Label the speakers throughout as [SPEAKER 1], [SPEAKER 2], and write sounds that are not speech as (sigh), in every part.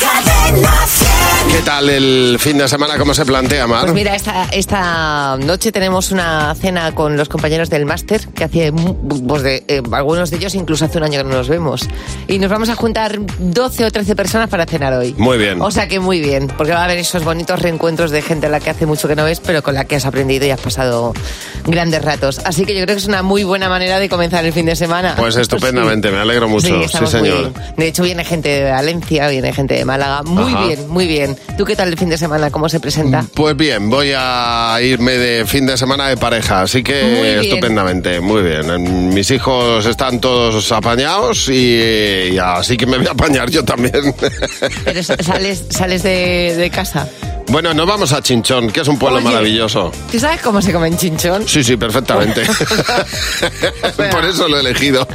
[SPEAKER 1] Cadena 100.
[SPEAKER 2] ¿Qué tal el fin de semana? ¿Cómo se plantea, Mar?
[SPEAKER 3] Pues mira, esta, esta noche tenemos una cena con los compañeros del máster, que hace mu- pues de, eh, algunos de ellos incluso hace un año que no nos vemos. Y nos vamos a juntar 12 o 13 personas para cenar hoy.
[SPEAKER 2] Muy bien.
[SPEAKER 3] O sea que muy bien, porque va a haber esos bonitos reencuentros de gente a la que hace mucho que no ves, pero con la que has aprendido y has pasado grandes ratos. Así que yo creo que es una muy buena manera de comenzar el fin de semana.
[SPEAKER 2] Pues estupendamente, me alegro mucho.
[SPEAKER 3] Sí,
[SPEAKER 2] Sí,
[SPEAKER 3] estamos
[SPEAKER 2] señor.
[SPEAKER 3] muy bien. De hecho, viene gente de Valencia, viene gente de Málaga. Muy
[SPEAKER 2] Ajá.
[SPEAKER 3] bien, muy bien. ¿Tú qué tal el fin de semana? ¿Cómo se presenta?
[SPEAKER 2] Pues bien, voy a irme de fin de semana de pareja, así
[SPEAKER 3] Muy
[SPEAKER 2] que
[SPEAKER 3] bien.
[SPEAKER 2] estupendamente, muy bien. Mis hijos están todos apañados y, y así que me voy a apañar yo también.
[SPEAKER 3] Pero sa- sales, sales de, de casa.
[SPEAKER 2] (laughs) bueno, nos vamos a Chinchón, que es un pueblo
[SPEAKER 3] Oye.
[SPEAKER 2] maravilloso.
[SPEAKER 3] ¿Tú sabes cómo se come en chinchón?
[SPEAKER 2] Sí,
[SPEAKER 3] (laughs)
[SPEAKER 2] sí, perfectamente.
[SPEAKER 3] sea-
[SPEAKER 2] (laughs) Por eso lo he elegido.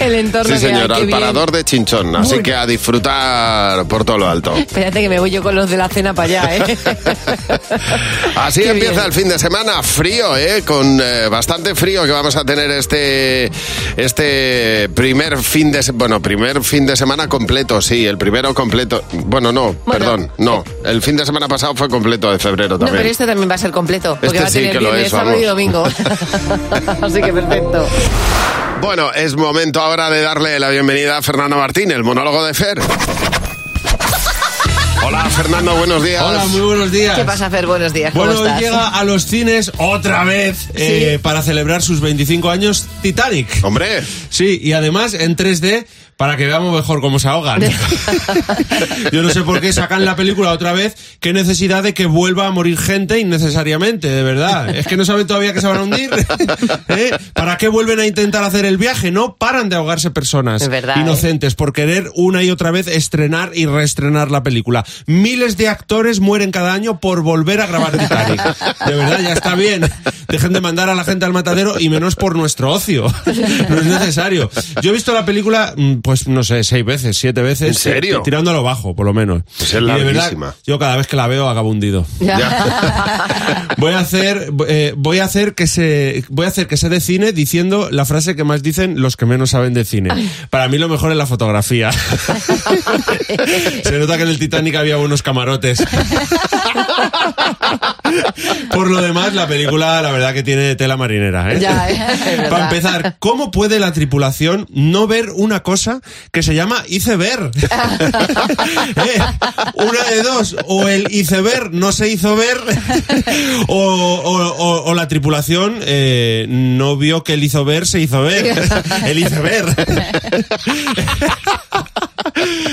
[SPEAKER 3] El entorno
[SPEAKER 2] Sí,
[SPEAKER 3] que hay,
[SPEAKER 2] señora,
[SPEAKER 3] qué
[SPEAKER 2] al
[SPEAKER 3] bien.
[SPEAKER 2] parador de Chinchón, así
[SPEAKER 3] Bueno.
[SPEAKER 2] que a disfrutar por todo lo alto.
[SPEAKER 3] Espérate que me voy yo con los de la cena para
[SPEAKER 2] (laughs)
[SPEAKER 3] allá, ¿eh?
[SPEAKER 2] Así
[SPEAKER 3] Qué
[SPEAKER 2] empieza
[SPEAKER 3] bien.
[SPEAKER 2] el fin de semana, frío, ¿eh? con eh, bastante frío que vamos a tener este, este primer fin de se- bueno, primer fin de semana completo, sí, el primero completo. Bueno, no,
[SPEAKER 3] Bueno. eh,
[SPEAKER 2] perdón, no, el fin de semana pasado fue completo de febrero
[SPEAKER 3] No,
[SPEAKER 2] también.
[SPEAKER 3] pero este también va a ser completo, porque
[SPEAKER 2] Este
[SPEAKER 3] va a
[SPEAKER 2] sí
[SPEAKER 3] tener
[SPEAKER 2] que lo
[SPEAKER 3] viernes,
[SPEAKER 2] es,
[SPEAKER 3] sábado y
[SPEAKER 2] vamos. (laughs)
[SPEAKER 3] domingo. (laughs) Así que perfecto.
[SPEAKER 2] Bueno, es momento ahora de darle la bienvenida a Fernando Martín, el monólogo de Fer. Hola Fernando, buenos días.
[SPEAKER 4] Hola, muy buenos días.
[SPEAKER 3] ¿Qué pasa, Fer? Buenos días, ¿cómo
[SPEAKER 4] Bueno,
[SPEAKER 3] estás?
[SPEAKER 4] llega a los cines otra vez eh, para celebrar sus 25 años Titanic.
[SPEAKER 2] Hombre,
[SPEAKER 4] Sí, y además en 3D para que veamos mejor cómo se
[SPEAKER 3] (laughs)
[SPEAKER 4] ahogan. Yo no sé por qué sacan la película otra vez. Qué necesidad de que vuelva a morir gente innecesariamente, de verdad. Es que no saben todavía que se van a hundir. (laughs) ¿Eh? ¿Para qué vuelven a intentar hacer el viaje? No paran de ahogarse personas
[SPEAKER 3] Es verdad, eh.
[SPEAKER 4] inocentes por querer una y otra vez estrenar y reestrenar la película. Miles de actores mueren cada año por volver a grabar Titanic. De verdad, ya está bien. Dejen de mandar a la gente al matadero y menos por nuestro ocio. No es necesario. Yo he visto la película, mm, pues no sé, seis veces, siete veces.
[SPEAKER 2] ¿En serio?
[SPEAKER 4] eh, Tirándolo bajo, por lo menos.
[SPEAKER 2] Pues es
[SPEAKER 4] Y de verdad,
[SPEAKER 2] larguísima.
[SPEAKER 4] yo cada vez que la veo acabo hundido.
[SPEAKER 3] Ya.
[SPEAKER 4] Voy a hacer, eh, voy a hacer que se, voy a hacer que se de cine diciendo la frase que más dicen los que menos saben de cine. Para mí lo mejor es la
[SPEAKER 3] (laughs)
[SPEAKER 4] fotografía. se nota que en el Titanic había buenos
[SPEAKER 3] (laughs)
[SPEAKER 4] camarotes. Por lo demás, la película, la verdad que tiene tela marinera. ¿eh? (laughs)
[SPEAKER 3] Ya, es verdad.
[SPEAKER 4] Para empezar, ¿cómo puede la tripulación no ver una cosa que se llama
[SPEAKER 3] (laughs)
[SPEAKER 4] iceberg? (laughs) Eh, Una de dos, o el iceberg no se hizo ver, o, o- o- o la tripulación eh, no vio que el iceberg se hizo ver. El iceberg.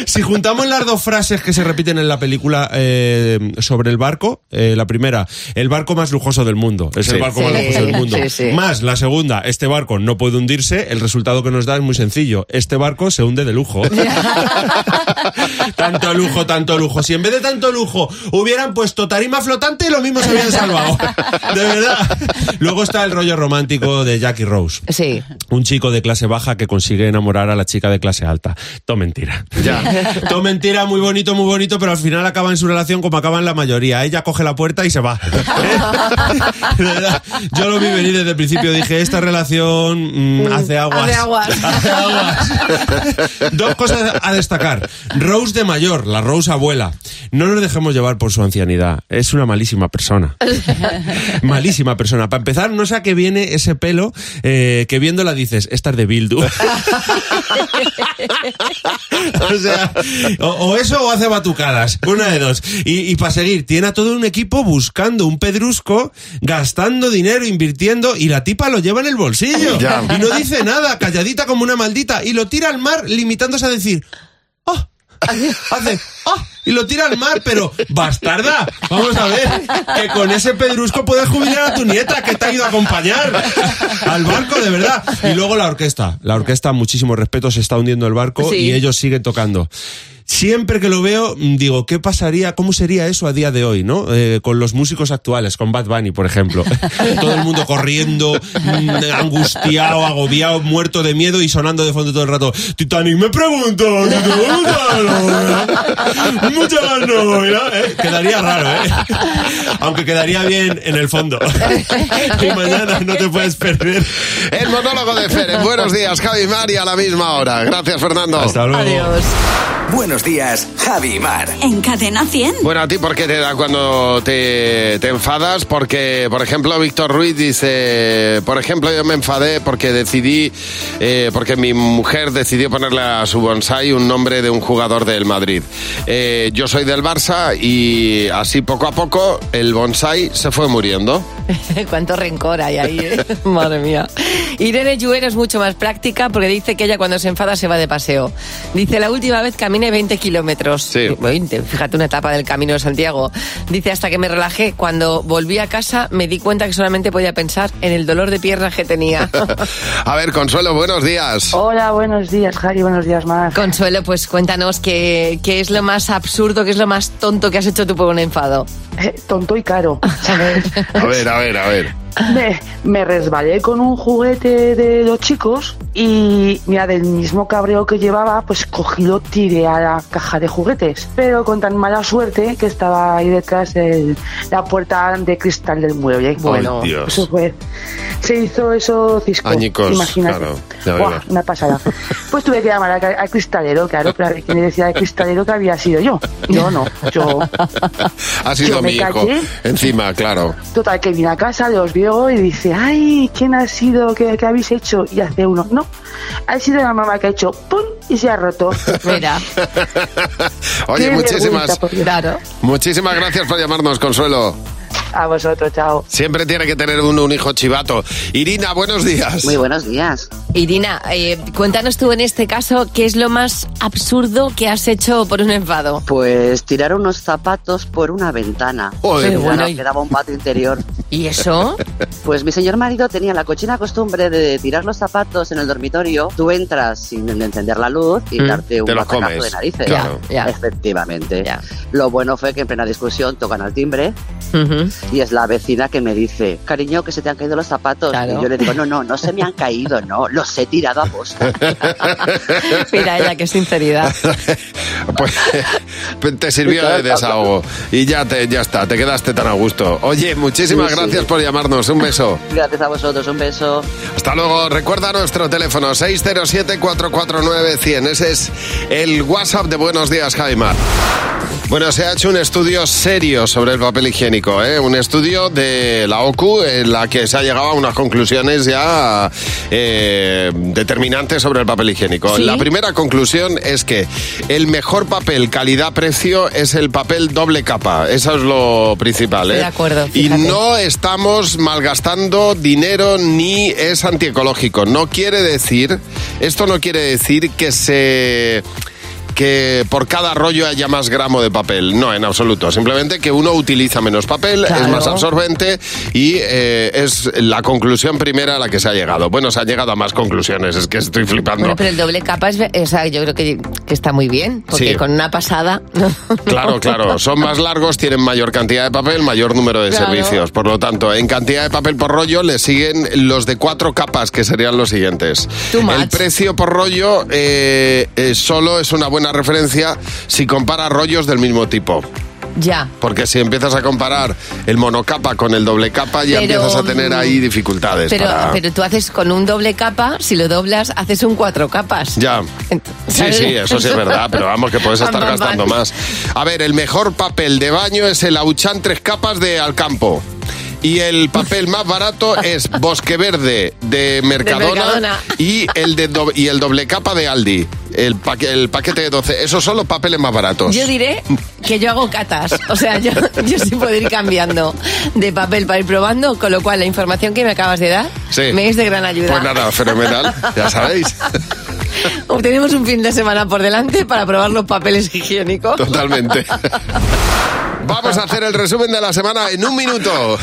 [SPEAKER 4] Si juntamos las dos frases que se repiten en la película eh, sobre el barco, eh, la primera, el barco más lujoso del mundo, es
[SPEAKER 2] Sí.
[SPEAKER 4] el barco más
[SPEAKER 3] Sí,
[SPEAKER 4] lujoso del mundo,
[SPEAKER 3] sí, sí.
[SPEAKER 4] más la segunda, este barco no puede hundirse, el resultado que nos da es muy sencillo, este barco se hunde de lujo. tanto lujo, tanto lujo. Si en vez de tanto lujo hubieran puesto tarima flotante, lo mismo se habían salvado. De verdad. Luego está el rollo romántico de Jackie Rose
[SPEAKER 3] Sí.
[SPEAKER 4] un chico de clase baja que consigue enamorar a la chica de clase alta. Todo mentira.
[SPEAKER 2] Ya.
[SPEAKER 4] Todo mentira, muy bonito, muy bonito, pero al final acaba en su relación como acaban la mayoría. Ella coge la puerta y se va. (laughs) De verdad, Yo lo vi venir desde el principio. Dije, esta relación mm, hace aguas.
[SPEAKER 3] hace aguas.
[SPEAKER 4] (laughs) Hace aguas. Dos cosas a destacar. Rose de mayor, la Rose abuela. No nos dejemos llevar por su ancianidad. Es una malísima persona. Malísima persona. Para empezar, no sé a qué viene ese pelo eh, que viéndola dices, esta es de Bildu. (laughs) o sea, o, o eso o hace batucadas. Una de dos. Y, para seguir, tiene a todo un equipo buscando un pedrusco, gastando dinero, invirtiendo, y la tipa lo lleva en el bolsillo.
[SPEAKER 2] Ya.
[SPEAKER 4] Y no dice nada, calladita como una maldita, y lo tira al mar limitándose a decir, ¡Oh! Hace, ¡Oh! Y lo tira al mar, pero bastarda, vamos a ver, que con ese pedrusco puedes jubilar a tu nieta que te ha ido a acompañar al barco, de verdad. Y luego la orquesta, la orquesta, muchísimo respeto, se está hundiendo el barco
[SPEAKER 3] Sí.
[SPEAKER 4] y ellos siguen tocando. siempre que lo veo, mm, digo, ¿qué pasaría? ¿Cómo sería eso a día de hoy, no? Eh, con los músicos actuales, con Bad Bunny, por ejemplo. todo el mundo corriendo, mm, angustiado, agobiado, muerto de miedo y sonando de fondo todo el rato. Titanic me pregunto, ¿te gusta la (laughs) novela? Mucha más novela, ¿eh? Quedaría raro, ¿eh? (laughs) Aunque quedaría bien en el fondo.
[SPEAKER 2] (laughs)
[SPEAKER 4] y mañana no te puedes perder.
[SPEAKER 2] El monólogo de Fer. en Buenos días, Javi Mar y a la misma hora. Gracias, Fernando.
[SPEAKER 4] Hasta luego.
[SPEAKER 3] Adiós.
[SPEAKER 5] Buenos días, Javi Mar.
[SPEAKER 1] En Cadena 100.
[SPEAKER 2] Bueno, ¿a ti por qué te da cuando te, te enfadas? Porque, por ejemplo, Víctor Ruiz dice, por ejemplo, yo me enfadé porque decidí, eh, porque mi mujer decidió ponerle a su bonsai un nombre de un jugador del Madrid. Eh, yo soy del Barça y así poco a poco el bonsai se fue muriendo. (laughs)
[SPEAKER 3] (laughs) Cuánto rencor hay ahí, ¿eh? (laughs) Madre mía. Irene Yuero es mucho más práctica porque dice que ella cuando se enfada se va de paseo. Dice, la última vez caminé 20 kilómetros.
[SPEAKER 2] Sí.
[SPEAKER 3] 20, fíjate una etapa del Camino de Santiago. Dice, hasta que me relajé, cuando volví a casa me di cuenta que solamente podía pensar en el dolor de piernas que
[SPEAKER 2] (laughs)
[SPEAKER 3] tenía.
[SPEAKER 2] A ver, Consuelo, buenos días.
[SPEAKER 6] Hola, buenos días, Javi, buenos días más.
[SPEAKER 3] Consuelo, pues cuéntanos qué, qué es lo más absurdo, qué es lo más tonto que has hecho tú por un enfado.
[SPEAKER 6] Eh, Tonto y caro, ¿sabes?
[SPEAKER 2] A ver, a ver, a ver.
[SPEAKER 6] me, me resbalé con un juguete de los chicos y, mira, del mismo cabreo que llevaba, pues cogí lo tiré a la caja de juguetes. Pero con tan mala suerte que estaba ahí detrás de la puerta de cristal del mueble.
[SPEAKER 2] Bueno. Dios.
[SPEAKER 6] eso fue. Se hizo eso cisco.
[SPEAKER 2] Añicos,
[SPEAKER 6] imagínate.
[SPEAKER 2] claro, ya
[SPEAKER 6] Buah,
[SPEAKER 2] verás.
[SPEAKER 6] una pasada. Pues tuve que llamar al, al cristalero, claro, para ver quién le decía al cristalero que había sido yo. Yo no, yo
[SPEAKER 2] Ha sido
[SPEAKER 6] Yo me
[SPEAKER 2] mi hijo.
[SPEAKER 6] callé.
[SPEAKER 2] Encima, claro.
[SPEAKER 6] Total, que viene a casa, los vio y dice, ay, ¿quién ha sido? ¿Qué, qué habéis hecho? Y hace uno, no, ha sido la mamá que ha hecho ¡pum! y se ha roto.
[SPEAKER 3] Mira,
[SPEAKER 2] Oye,
[SPEAKER 6] Qué
[SPEAKER 2] muchísimas,
[SPEAKER 6] vergüenza, por
[SPEAKER 3] (laughs)
[SPEAKER 6] Dios.
[SPEAKER 3] claro.
[SPEAKER 2] muchísimas gracias por llamarnos, Consuelo.
[SPEAKER 6] A vosotros, chao.
[SPEAKER 2] Siempre tiene que tener uno un hijo chivato. Irina, buenos días.
[SPEAKER 7] Muy buenos días.
[SPEAKER 3] Irina, eh, cuéntanos tú en este caso qué es lo más absurdo que has hecho por un enfado.
[SPEAKER 7] Pues tirar unos zapatos por una ventana.
[SPEAKER 2] Joder.
[SPEAKER 3] Pero bueno,
[SPEAKER 7] Bueno,
[SPEAKER 3] ¿y-
[SPEAKER 7] quedaba un patio interior.
[SPEAKER 3] ¿y eso?
[SPEAKER 7] Pues mi señor marido tenía la cochina costumbre de tirar los zapatos en el dormitorio. Tú entras sin encender la luz y
[SPEAKER 3] Mm,
[SPEAKER 7] darte un
[SPEAKER 2] te los
[SPEAKER 7] batacazo
[SPEAKER 2] comes.
[SPEAKER 7] de narices.
[SPEAKER 2] Claro.
[SPEAKER 3] Ya, ya.
[SPEAKER 7] Efectivamente.
[SPEAKER 3] Ya.
[SPEAKER 7] Lo bueno fue que en plena discusión tocan al timbre
[SPEAKER 3] Ujú.
[SPEAKER 7] y es la vecina que me dice, cariño, que se te han caído los zapatos.
[SPEAKER 3] Claro.
[SPEAKER 7] Y yo le digo, no, no, no se me han caído, no, los he tirado a posta.
[SPEAKER 3] (laughs) Mira ella, qué sinceridad.
[SPEAKER 2] Pues te sirvió de desahogo. Y ya, te, ya está, te quedaste tan a gusto. Oye, muchísimas
[SPEAKER 7] Sí, sí.
[SPEAKER 2] gracias por llamarnos. Un beso.
[SPEAKER 7] Gracias a vosotros, un beso.
[SPEAKER 2] Hasta luego. Recuerda nuestro teléfono 607-449-100. Ese es el WhatsApp de Buenos Días, Jaimar. Bueno, se ha hecho un estudio serio sobre el papel higiénico, ¿eh? un estudio de la OCU en la que se ha llegado a unas conclusiones ya eh, determinantes sobre el papel higiénico.
[SPEAKER 3] Sí.
[SPEAKER 2] La primera conclusión es que el mejor papel calidad-precio es el papel doble capa. Eso es lo principal. ¿eh?
[SPEAKER 3] Estoy de acuerdo,
[SPEAKER 2] Y
[SPEAKER 3] fíjate.
[SPEAKER 2] no no estamos malgastando dinero ni es antiecológico. No quiere decir, esto no quiere decir que se que por cada rollo haya más gramo de papel. No, en absoluto. Simplemente que uno utiliza menos papel,
[SPEAKER 3] Claro.
[SPEAKER 2] es más absorbente y eh, es la conclusión primera a la que se ha llegado. Bueno, se ha llegado a más conclusiones, es que estoy flipando.
[SPEAKER 3] Bueno, pero el doble capa es, ve- o sea, yo creo que, que está muy bien, porque
[SPEAKER 2] Sí.
[SPEAKER 3] con una pasada. (laughs)
[SPEAKER 2] Claro, claro. Son más largos, tienen mayor cantidad de papel, mayor número de
[SPEAKER 3] Claro.
[SPEAKER 2] servicios. Por lo tanto, en cantidad de papel por rollo le siguen los de cuatro capas, que serían los siguientes.
[SPEAKER 3] Too much.
[SPEAKER 2] El precio por rollo eh, eh, solo es una buena referencia si compara rollos del mismo tipo.
[SPEAKER 3] Ya.
[SPEAKER 2] Porque si empiezas a comparar el monocapa con el doble capa, ya
[SPEAKER 3] Pero, mm,
[SPEAKER 2] empiezas a tener ahí dificultades.
[SPEAKER 3] Pero,
[SPEAKER 2] para-
[SPEAKER 3] pero tú haces con un doble capa, si lo doblas, haces un cuatro capas.
[SPEAKER 2] Ya.
[SPEAKER 3] Ent-
[SPEAKER 2] Sí,
[SPEAKER 3] ¿sabes?
[SPEAKER 2] sí, eso sí es verdad, pero vamos
[SPEAKER 3] (laughs)
[SPEAKER 2] que puedes
[SPEAKER 3] Pam,
[SPEAKER 2] estar
[SPEAKER 3] pam, pam.
[SPEAKER 2] gastando más. A ver, el mejor papel de baño es el Auchan tres capas de Alcampo. Y el papel
[SPEAKER 3] (laughs)
[SPEAKER 2] más barato es Bosque Verde de Mercadona,
[SPEAKER 3] Mercadona.
[SPEAKER 2] Y, el de do- y el doble capa de Aldi. El, paque- el paquete de 12. Esos son los papeles más baratos.
[SPEAKER 3] Yo diré que yo hago catas, o sea, yo, yo sí puedo ir cambiando de papel para ir probando, con lo cual la información que me acabas de dar
[SPEAKER 2] Sí.
[SPEAKER 3] me es de gran ayuda.
[SPEAKER 2] Pues nada, fenomenal, ya sabéis.
[SPEAKER 3] Tenemos (laughs) un fin de semana por delante para probar los papeles higiénicos.
[SPEAKER 2] Totalmente. Vamos a hacer el resumen de la semana en
[SPEAKER 4] (laughs)
[SPEAKER 2] un minuto.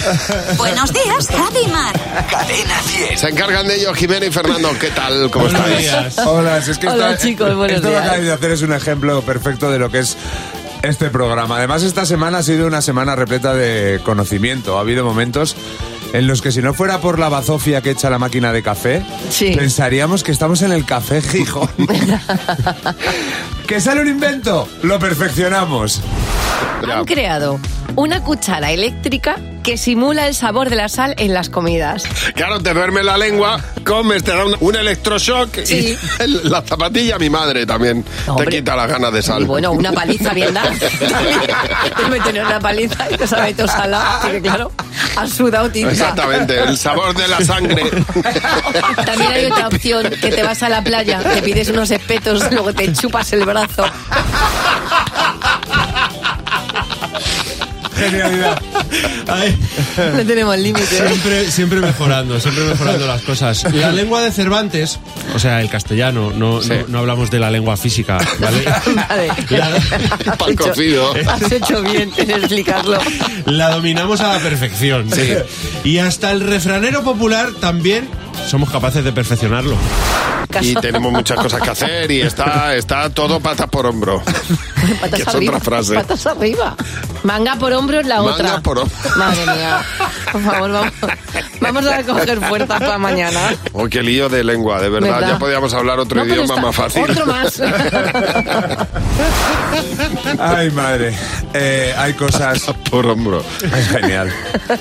[SPEAKER 1] Buenos días, Javi Mar.
[SPEAKER 5] Cadena 100.
[SPEAKER 2] Se encargan de ello Jimena y Fernando. ¿Qué tal? ¿Cómo
[SPEAKER 4] Buenos
[SPEAKER 2] estáis?
[SPEAKER 4] días.
[SPEAKER 8] Hola, si es que
[SPEAKER 3] Hola,
[SPEAKER 8] esta-
[SPEAKER 3] chicos, buenos
[SPEAKER 8] esto
[SPEAKER 3] días.
[SPEAKER 8] que acabáis de hacer es un ejemplo perfecto de lo que es este programa. Además, esta semana ha sido una semana repleta de conocimiento. Ha habido momentos en los que si no fuera por la bazofia que echa la máquina de café,
[SPEAKER 3] Sí.
[SPEAKER 8] pensaríamos que estamos en el café Gijón.
[SPEAKER 3] (laughs)
[SPEAKER 8] (laughs) que sale un invento, lo perfeccionamos.
[SPEAKER 2] Ya.
[SPEAKER 3] Han creado una cuchara eléctrica que simula el sabor de la sal en las comidas.
[SPEAKER 2] Claro, te duerme la lengua, comes, te da un, un electroshock
[SPEAKER 3] Sí.
[SPEAKER 2] y el- (laughs) la zapatilla, mi madre también, te
[SPEAKER 3] Hombre.
[SPEAKER 2] quita las ganas de sal.
[SPEAKER 3] Y bueno, una paliza bien dada. Te meten una paliza y te sabe todo salado. Así que claro, has sudado tinta.
[SPEAKER 2] (laughs) Exactamente, el sabor de la sangre.
[SPEAKER 3] También hay otra opción, que te vas a la playa, te pides unos espetos, luego te chupas el brazo.
[SPEAKER 8] Genialidad.
[SPEAKER 4] Ay,
[SPEAKER 3] No tenemos límite. ¿eh?
[SPEAKER 4] siempre, siempre mejorando, siempre mejorando las cosas. La lengua de Cervantes, o sea, el castellano, no, no, no hablamos de la lengua física, ¿vale?
[SPEAKER 3] Vale.
[SPEAKER 4] La-
[SPEAKER 2] Pal cocido.
[SPEAKER 3] Has hecho bien en explicarlo.
[SPEAKER 4] La dominamos a la perfección. Y hasta el refranero popular también somos capaces de perfeccionarlo.
[SPEAKER 2] Y tenemos muchas cosas que hacer y está, está todo patas por hombro.
[SPEAKER 3] (laughs) Patas
[SPEAKER 2] Que (laughs) es
[SPEAKER 3] arriba.
[SPEAKER 2] otra frase.
[SPEAKER 3] Patas arriba. Manga por hombro es la
[SPEAKER 2] Manga
[SPEAKER 3] otra.
[SPEAKER 2] por hombro.
[SPEAKER 3] Madre mía. Por favor, vamos, vamos a recoger fuerzas para mañana.
[SPEAKER 2] Oh, qué lío de lengua, de verdad.
[SPEAKER 3] ¿Verdad?
[SPEAKER 2] Ya podíamos hablar otro
[SPEAKER 3] No, pero
[SPEAKER 2] idioma
[SPEAKER 3] está-
[SPEAKER 2] más fácil.
[SPEAKER 5] (laughs)
[SPEAKER 3] Otro más.
[SPEAKER 8] Ay, madre. Eh, hay cosas...
[SPEAKER 2] por hombro.
[SPEAKER 8] Es genial.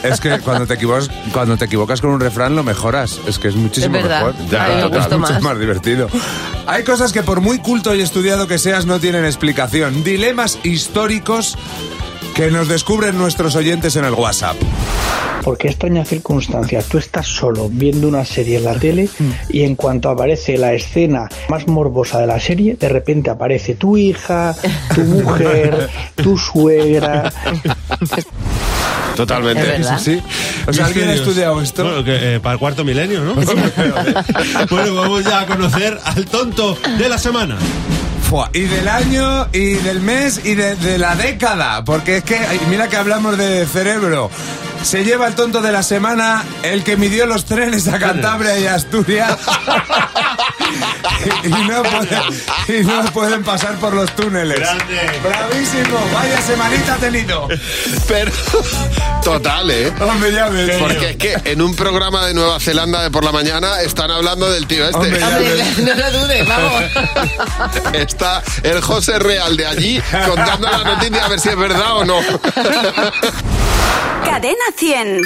[SPEAKER 8] Es que cuando te, equivocas, cuando te equivocas con un refrán lo mejoras. Es que es muchísimo
[SPEAKER 3] Es verdad.
[SPEAKER 8] mejor.
[SPEAKER 2] Ya, A mí me
[SPEAKER 8] total,
[SPEAKER 3] gustó
[SPEAKER 8] mucho
[SPEAKER 3] más.
[SPEAKER 8] divertido. Hay cosas que por muy culto y estudiado que seas no tienen explicación. Dilemas históricos que nos descubren nuestros oyentes en el WhatsApp.
[SPEAKER 9] Porque extraña circunstancia, tú estás solo viendo una serie en la tele y en cuanto aparece la escena más morbosa de la serie, de repente aparece tu hija, tu mujer, tu suegra,
[SPEAKER 2] Totalmente.
[SPEAKER 3] Es verdad.
[SPEAKER 8] Sí. O sea, alguien ha
[SPEAKER 4] Misterios.
[SPEAKER 8] estudiado esto.
[SPEAKER 4] Bueno, que, eh, para el cuarto milenio, ¿no?
[SPEAKER 10] (laughs) pues
[SPEAKER 4] bueno, vamos ya a conocer al tonto de la semana.
[SPEAKER 8] Fua, Y del año, y del mes, y de, de la década. Porque es que, ay, mira que hablamos de cerebro. Se lleva el tonto de la semana el que midió los trenes a Cantabria y Asturias. (laughs) y, no pueden, y no pueden pasar por los túneles.
[SPEAKER 4] Grande.
[SPEAKER 8] ¡Bravísimo! ¡Vaya semanita ha tenido!
[SPEAKER 2] (laughs) Pero, total, ¿eh?
[SPEAKER 8] (laughs) Hombre, ya ves.
[SPEAKER 2] Porque es que en un programa de Nueva Zelanda de por la mañana están hablando del tío este.
[SPEAKER 8] Hombre, ya
[SPEAKER 3] Hombre,
[SPEAKER 8] ves.
[SPEAKER 3] no lo dudes, vamos.
[SPEAKER 2] Está el José Real de allí contando la noticia a ver si es verdad o no.
[SPEAKER 1] Cadena 100.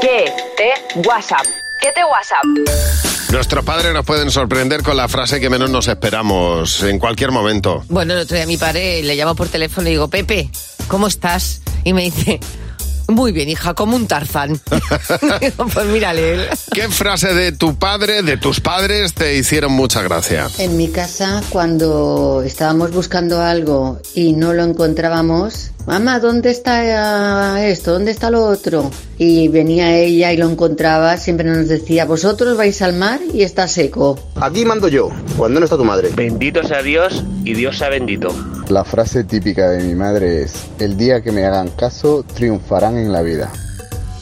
[SPEAKER 11] ¿Qué te WhatsApp? ¿Qué te WhatsApp?
[SPEAKER 2] Nuestros padres nos pueden sorprender con la frase que menos nos esperamos en cualquier momento.
[SPEAKER 3] Bueno, el otro día a mi padre le llamo por teléfono y digo, Pepe, ¿cómo estás? Y me dice, muy bien, hija, como un tarzán. (laughs) digo, pues mírale. él".
[SPEAKER 2] ¿Qué frase de tu padre, de tus padres, te hicieron mucha gracia?
[SPEAKER 12] En mi casa, cuando estábamos buscando algo y no lo encontrábamos, mamá, ¿dónde está ah, esto? ¿Dónde está lo otro? Y venía ella y lo encontraba, siempre nos decía, vosotros vais al mar y está seco.
[SPEAKER 13] Aquí mando yo, cuando no está tu madre.
[SPEAKER 9] Bendito sea Dios y Dios sea bendito.
[SPEAKER 13] (laughs) La frase típica de mi madre es, el día que me hagan caso, triunfarán en la vida.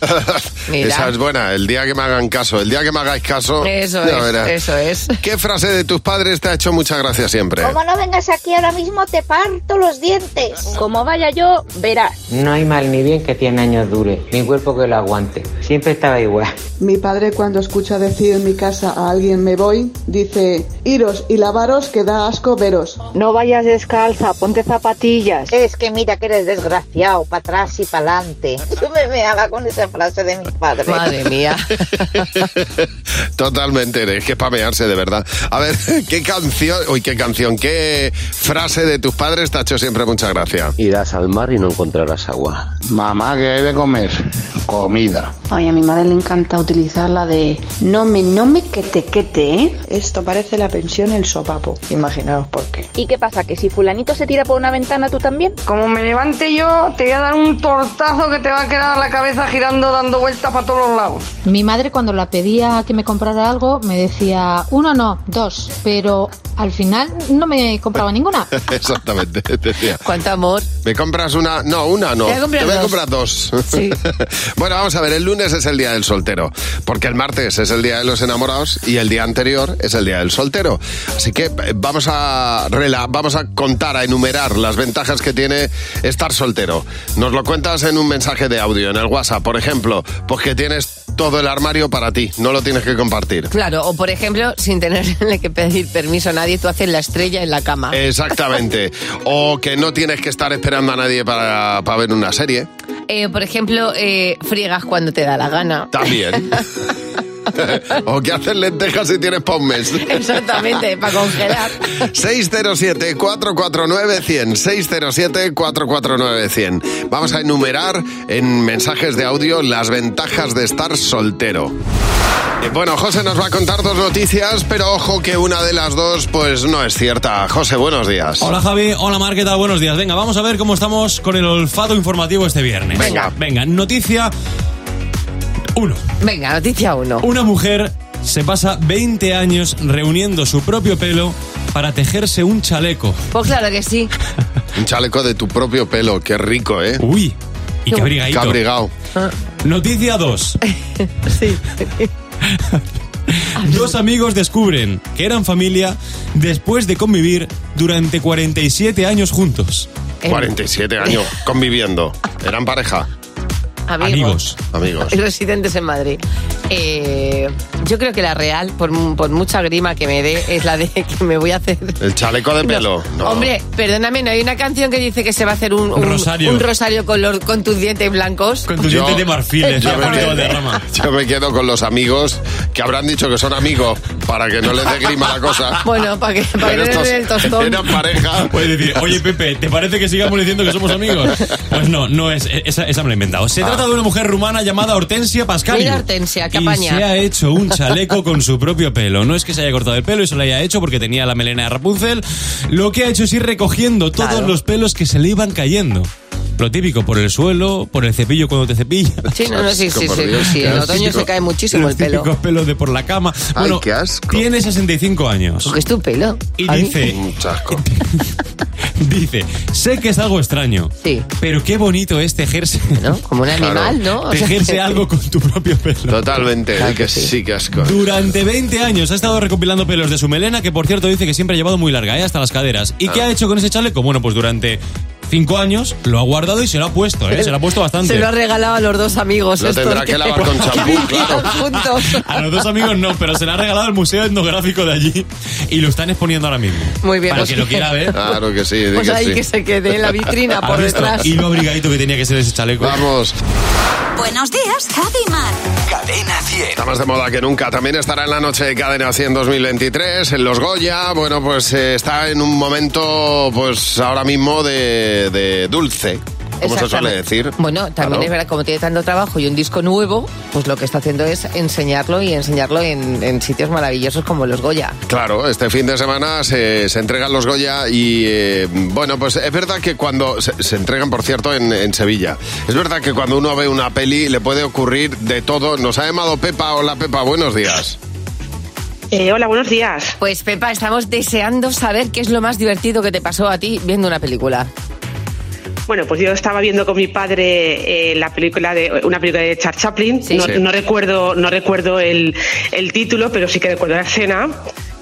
[SPEAKER 2] (laughs)
[SPEAKER 3] Mira.
[SPEAKER 2] Esa es buena, el día que me hagan caso, el día que me hagáis caso.
[SPEAKER 3] Eso
[SPEAKER 2] ya
[SPEAKER 3] es,
[SPEAKER 2] verás.
[SPEAKER 3] eso es.
[SPEAKER 2] ¿Qué frase de tus padres te ha hecho mucha gracia siempre?
[SPEAKER 12] no vengas aquí ahora mismo, te parto los dientes.
[SPEAKER 11] Como vaya yo, verás.
[SPEAKER 9] No hay mal ni bien que tiene años dure, ni cuerpo que lo aguante. Siempre estaba igual.
[SPEAKER 12] Mi padre cuando escucha decir en mi casa a alguien me voy, dice, iros y lavaros que da asco veros.
[SPEAKER 11] No vayas descalza, ponte zapatillas.
[SPEAKER 12] Es que mira que eres desgraciado, para atrás y para adelante. (laughs) Yo me meaba con esa frase de mi padre.
[SPEAKER 3] Madre mía.
[SPEAKER 2] Totalmente, es que es pamearse de verdad. A ver, (laughs) ¿qué canción, uy, qué canción, qué frase de tus padres te ha hecho siempre mucha gracia?
[SPEAKER 13] Irás al mar y no encontrarás agua. Mamá, ¿qué hay de comer? Comida.
[SPEAKER 12] Ay, a mi madre le encanta utilizar la de no me, no me quete quete, ¿eh? Esto parece la pensión el sopapo. Imaginaos por qué.
[SPEAKER 11] ¿Y qué pasa? ¿Que si fulanito se tira por una ventana, tú también? Como me levante yo, te voy a dar un tortazo que te va a quedar la cabeza girando, dando vueltas para todos los lados.
[SPEAKER 12] Mi madre cuando la pedía que me comprara algo me decía uno no, dos, pero
[SPEAKER 14] al final no me compraba ninguna.
[SPEAKER 2] (laughs)
[SPEAKER 3] (laughs)
[SPEAKER 2] Exactamente. te decía.
[SPEAKER 3] ¿Cuánto amor?
[SPEAKER 2] ¿Me compras una? No, una no.
[SPEAKER 3] Te voy a comprar
[SPEAKER 2] Te voy a
[SPEAKER 3] dos.
[SPEAKER 2] comprar dos.
[SPEAKER 3] Sí.
[SPEAKER 2] (laughs) bueno, vamos a ver, el lunes es el día del soltero, porque el martes es el día de los enamorados y el día anterior es el día del soltero. Así que eh, vamos a, rela- vamos a contar, a enumerar las ventajas que tiene estar soltero. Nos lo cuentas en un mensaje de audio, en el WhatsApp, por ejemplo, pues que tienes todo el armario para ti, no lo tienes que compartir.
[SPEAKER 3] Claro, o por ejemplo, sin (laughs) tenerle que pedir permiso a nadie, tú haces la estrella en la
[SPEAKER 2] Eh.
[SPEAKER 3] cama.
[SPEAKER 2] (laughs) Exactamente. O que no tienes que estar esperando a nadie para, para ver una serie. (laughs)
[SPEAKER 3] Eh, por ejemplo, eh, friegas cuando te da la gana.
[SPEAKER 2] También. o que haces lentejas si tienes pa' un mes.
[SPEAKER 3] (laughs)
[SPEAKER 2] (laughs)
[SPEAKER 3] Exactamente, para congelar.
[SPEAKER 2] 607-449-100. 607-449-100. Vamos a enumerar en mensajes de audio las ventajas de estar soltero. Eh, Bueno, José nos va a contar dos noticias, pero ojo que una de las dos pues no es cierta. José, buenos días.
[SPEAKER 10] Hola Javi, hola Mar, ¿qué tal? Buenos días. Venga, vamos a ver cómo estamos con el olfato informativo este viernes. Venga. Venga, noticia
[SPEAKER 3] Venga, noticia 1.
[SPEAKER 10] Una mujer se pasa 20 años reuniendo su propio pelo para tejerse un chaleco.
[SPEAKER 3] Pues claro que sí.
[SPEAKER 2] Un chaleco de tu propio pelo, qué rico, ¿eh?
[SPEAKER 10] Uy, y qué abrigadito.
[SPEAKER 2] Qué abrigado.
[SPEAKER 10] Noticia 2. Dos amigos descubren que eran familia después de convivir durante 47 años juntos.
[SPEAKER 3] (laughs)
[SPEAKER 2] 47 años conviviendo. Eran pareja.
[SPEAKER 10] Amigos.
[SPEAKER 2] Amigos.
[SPEAKER 3] y residentes en Madrid. Eh, yo creo que la real, por, mu- por mucha grima que me dé, es la de (laughs) que me voy a hacer.
[SPEAKER 2] El chaleco de pelo. No.
[SPEAKER 3] Hombre, perdóname, ¿no hay una canción que dice que se va a hacer un,
[SPEAKER 2] Un
[SPEAKER 3] un-
[SPEAKER 2] rosario.
[SPEAKER 3] un rosario color con tus dientes blancos? Con
[SPEAKER 10] tus dientes de
[SPEAKER 3] (laughs)
[SPEAKER 10] marfil, eh, es
[SPEAKER 2] yo,
[SPEAKER 10] la
[SPEAKER 2] me
[SPEAKER 10] película de
[SPEAKER 2] quedo,
[SPEAKER 10] Roma.
[SPEAKER 2] (laughs) yo me quedo con los amigos que habrán dicho que son amigos para que no les dé grima la cosa.
[SPEAKER 3] (laughs) Bueno, para que, para que no
[SPEAKER 2] Pero
[SPEAKER 3] le
[SPEAKER 2] estos
[SPEAKER 3] den el tostón.
[SPEAKER 2] eran pareja.
[SPEAKER 10] Puedes decir, oye Pepe, ¿te parece que sigamos diciendo que somos amigos? Pues no, no es, esa, esa me la he inventado. Se
[SPEAKER 2] Ah.
[SPEAKER 10] trata de una mujer rumana llamada Hortensia Pascalio.
[SPEAKER 3] Mira, Hortensia, qué
[SPEAKER 10] Y
[SPEAKER 3] apaña.
[SPEAKER 10] se ha hecho un chaleco con su propio pelo. No es que se haya cortado el pelo y se lo haya hecho porque tenía la melena de Rapunzel. Lo que ha hecho es ir recogiendo todos los pelos que se le iban cayendo. Lo típico, por el suelo, por el cepillo cuando te cepillas.
[SPEAKER 3] Sí, no, no, sí, sí, sí, sí, En otoño se cae muchísimo el
[SPEAKER 10] Los
[SPEAKER 3] pelo.
[SPEAKER 10] típicos pelos de por la cama. Bueno, tiene 65 años.
[SPEAKER 3] Porque es tu pelo.
[SPEAKER 10] Y
[SPEAKER 3] Pues Javi.
[SPEAKER 8] (laughs)
[SPEAKER 10] dice. (laughs) dice, sé que es algo extraño. Pero qué bonito es tejerse.
[SPEAKER 3] (laughs) ¿No? Como un animal, ¿no? O sea,
[SPEAKER 10] tejerse
[SPEAKER 3] (laughs)
[SPEAKER 10] algo con tu propio pelo.
[SPEAKER 2] Totalmente, eh, que sí, que asco.
[SPEAKER 10] Durante 20 años ha estado recopilando pelos de su melena, que por cierto dice que siempre ha llevado muy larga, ¿eh? hasta las caderas. ¿Y qué ha hecho con ese chaleco? Bueno, pues durante 5 años lo ha guardado y se lo ha puesto,
[SPEAKER 3] (laughs)
[SPEAKER 10] ¿eh? se lo ha puesto bastante.
[SPEAKER 3] Se lo ha regalado a los dos amigos.
[SPEAKER 10] Lo
[SPEAKER 3] estos
[SPEAKER 10] tendrá que lavar
[SPEAKER 3] (laughs)
[SPEAKER 10] con champú,
[SPEAKER 3] vivían
[SPEAKER 10] claro.
[SPEAKER 3] juntos.
[SPEAKER 10] A los dos amigos no, pero se lo ha regalado al Museo Etnográfico de allí y lo están exponiendo ahora mismo.
[SPEAKER 3] Muy bien,
[SPEAKER 10] Para
[SPEAKER 3] pues
[SPEAKER 10] que lo
[SPEAKER 3] (laughs)
[SPEAKER 10] quiera ver.
[SPEAKER 2] Claro que sí. di
[SPEAKER 3] Pues
[SPEAKER 2] que
[SPEAKER 3] ahí
[SPEAKER 2] sí.
[SPEAKER 3] que se quede en la vitrina por
[SPEAKER 10] ¿Has visto?
[SPEAKER 3] detrás.
[SPEAKER 10] Y lo abrigadito que tenía que ser ese chaleco.
[SPEAKER 2] Vamos.
[SPEAKER 1] Buenos días, Javi Mar. Cadena 100.
[SPEAKER 2] Está más de moda que nunca. También estará en la noche de Cadena 100 2023, en Los Goya. Bueno, pues eh, está en un momento, pues ahora mismo, de, de dulce, como se suele
[SPEAKER 3] Exactamente.
[SPEAKER 2] decir.
[SPEAKER 3] Bueno, también
[SPEAKER 2] Claro.
[SPEAKER 3] es verdad, como tiene tanto trabajo y un disco nuevo, pues lo que está haciendo es enseñarlo y enseñarlo en, en sitios maravillosos como los Goya.
[SPEAKER 2] Claro, este fin de semana se, se entregan los Goya y eh, bueno, pues es verdad que cuando se, se entregan, por cierto, en, en Sevilla, es verdad que cuando uno ve una peli le puede ocurrir de todo. Nos ha llamado Pepa, hola Pepa, buenos días. (laughs)
[SPEAKER 3] Eh, hola, buenos días. Pues Pepa, estamos deseando saber qué es lo más divertido que te pasó a ti viendo una película.
[SPEAKER 15] Bueno, pues yo estaba viendo con mi padre eh, la película de una película de Charles Chaplin. No,
[SPEAKER 16] Sí.
[SPEAKER 15] no recuerdo, no recuerdo el, el título, pero sí que recuerdo la escena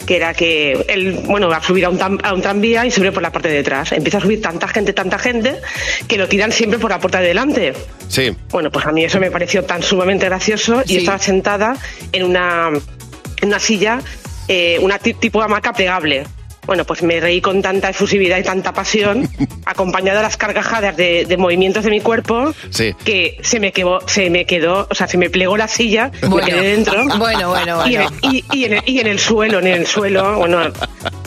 [SPEAKER 15] que era que él, bueno, va a subir a un, tam- a un tranvía y sube por la parte de detrás. Empieza a subir tanta gente, tanta gente, que lo tiran siempre por la puerta de delante.
[SPEAKER 2] Sí.
[SPEAKER 15] Bueno, pues a mí eso me pareció tan sumamente gracioso y estaba sentada en una, en una silla, eh, una ti- tipo hamaca plegable. Bueno, pues me reí con tanta efusividad y tanta
[SPEAKER 3] (laughs)
[SPEAKER 15] pasión, acompañada de las carcajadas de, de movimientos de mi cuerpo,
[SPEAKER 2] Sí.
[SPEAKER 15] que se me, quedó, se me quedó, o sea, se me plegó la silla,
[SPEAKER 3] Bueno.
[SPEAKER 15] me quedé dentro.
[SPEAKER 3] (laughs) Bueno, bueno,
[SPEAKER 15] Y en,
[SPEAKER 3] bueno.
[SPEAKER 15] y- y en el, y en el suelo, en el suelo, bueno,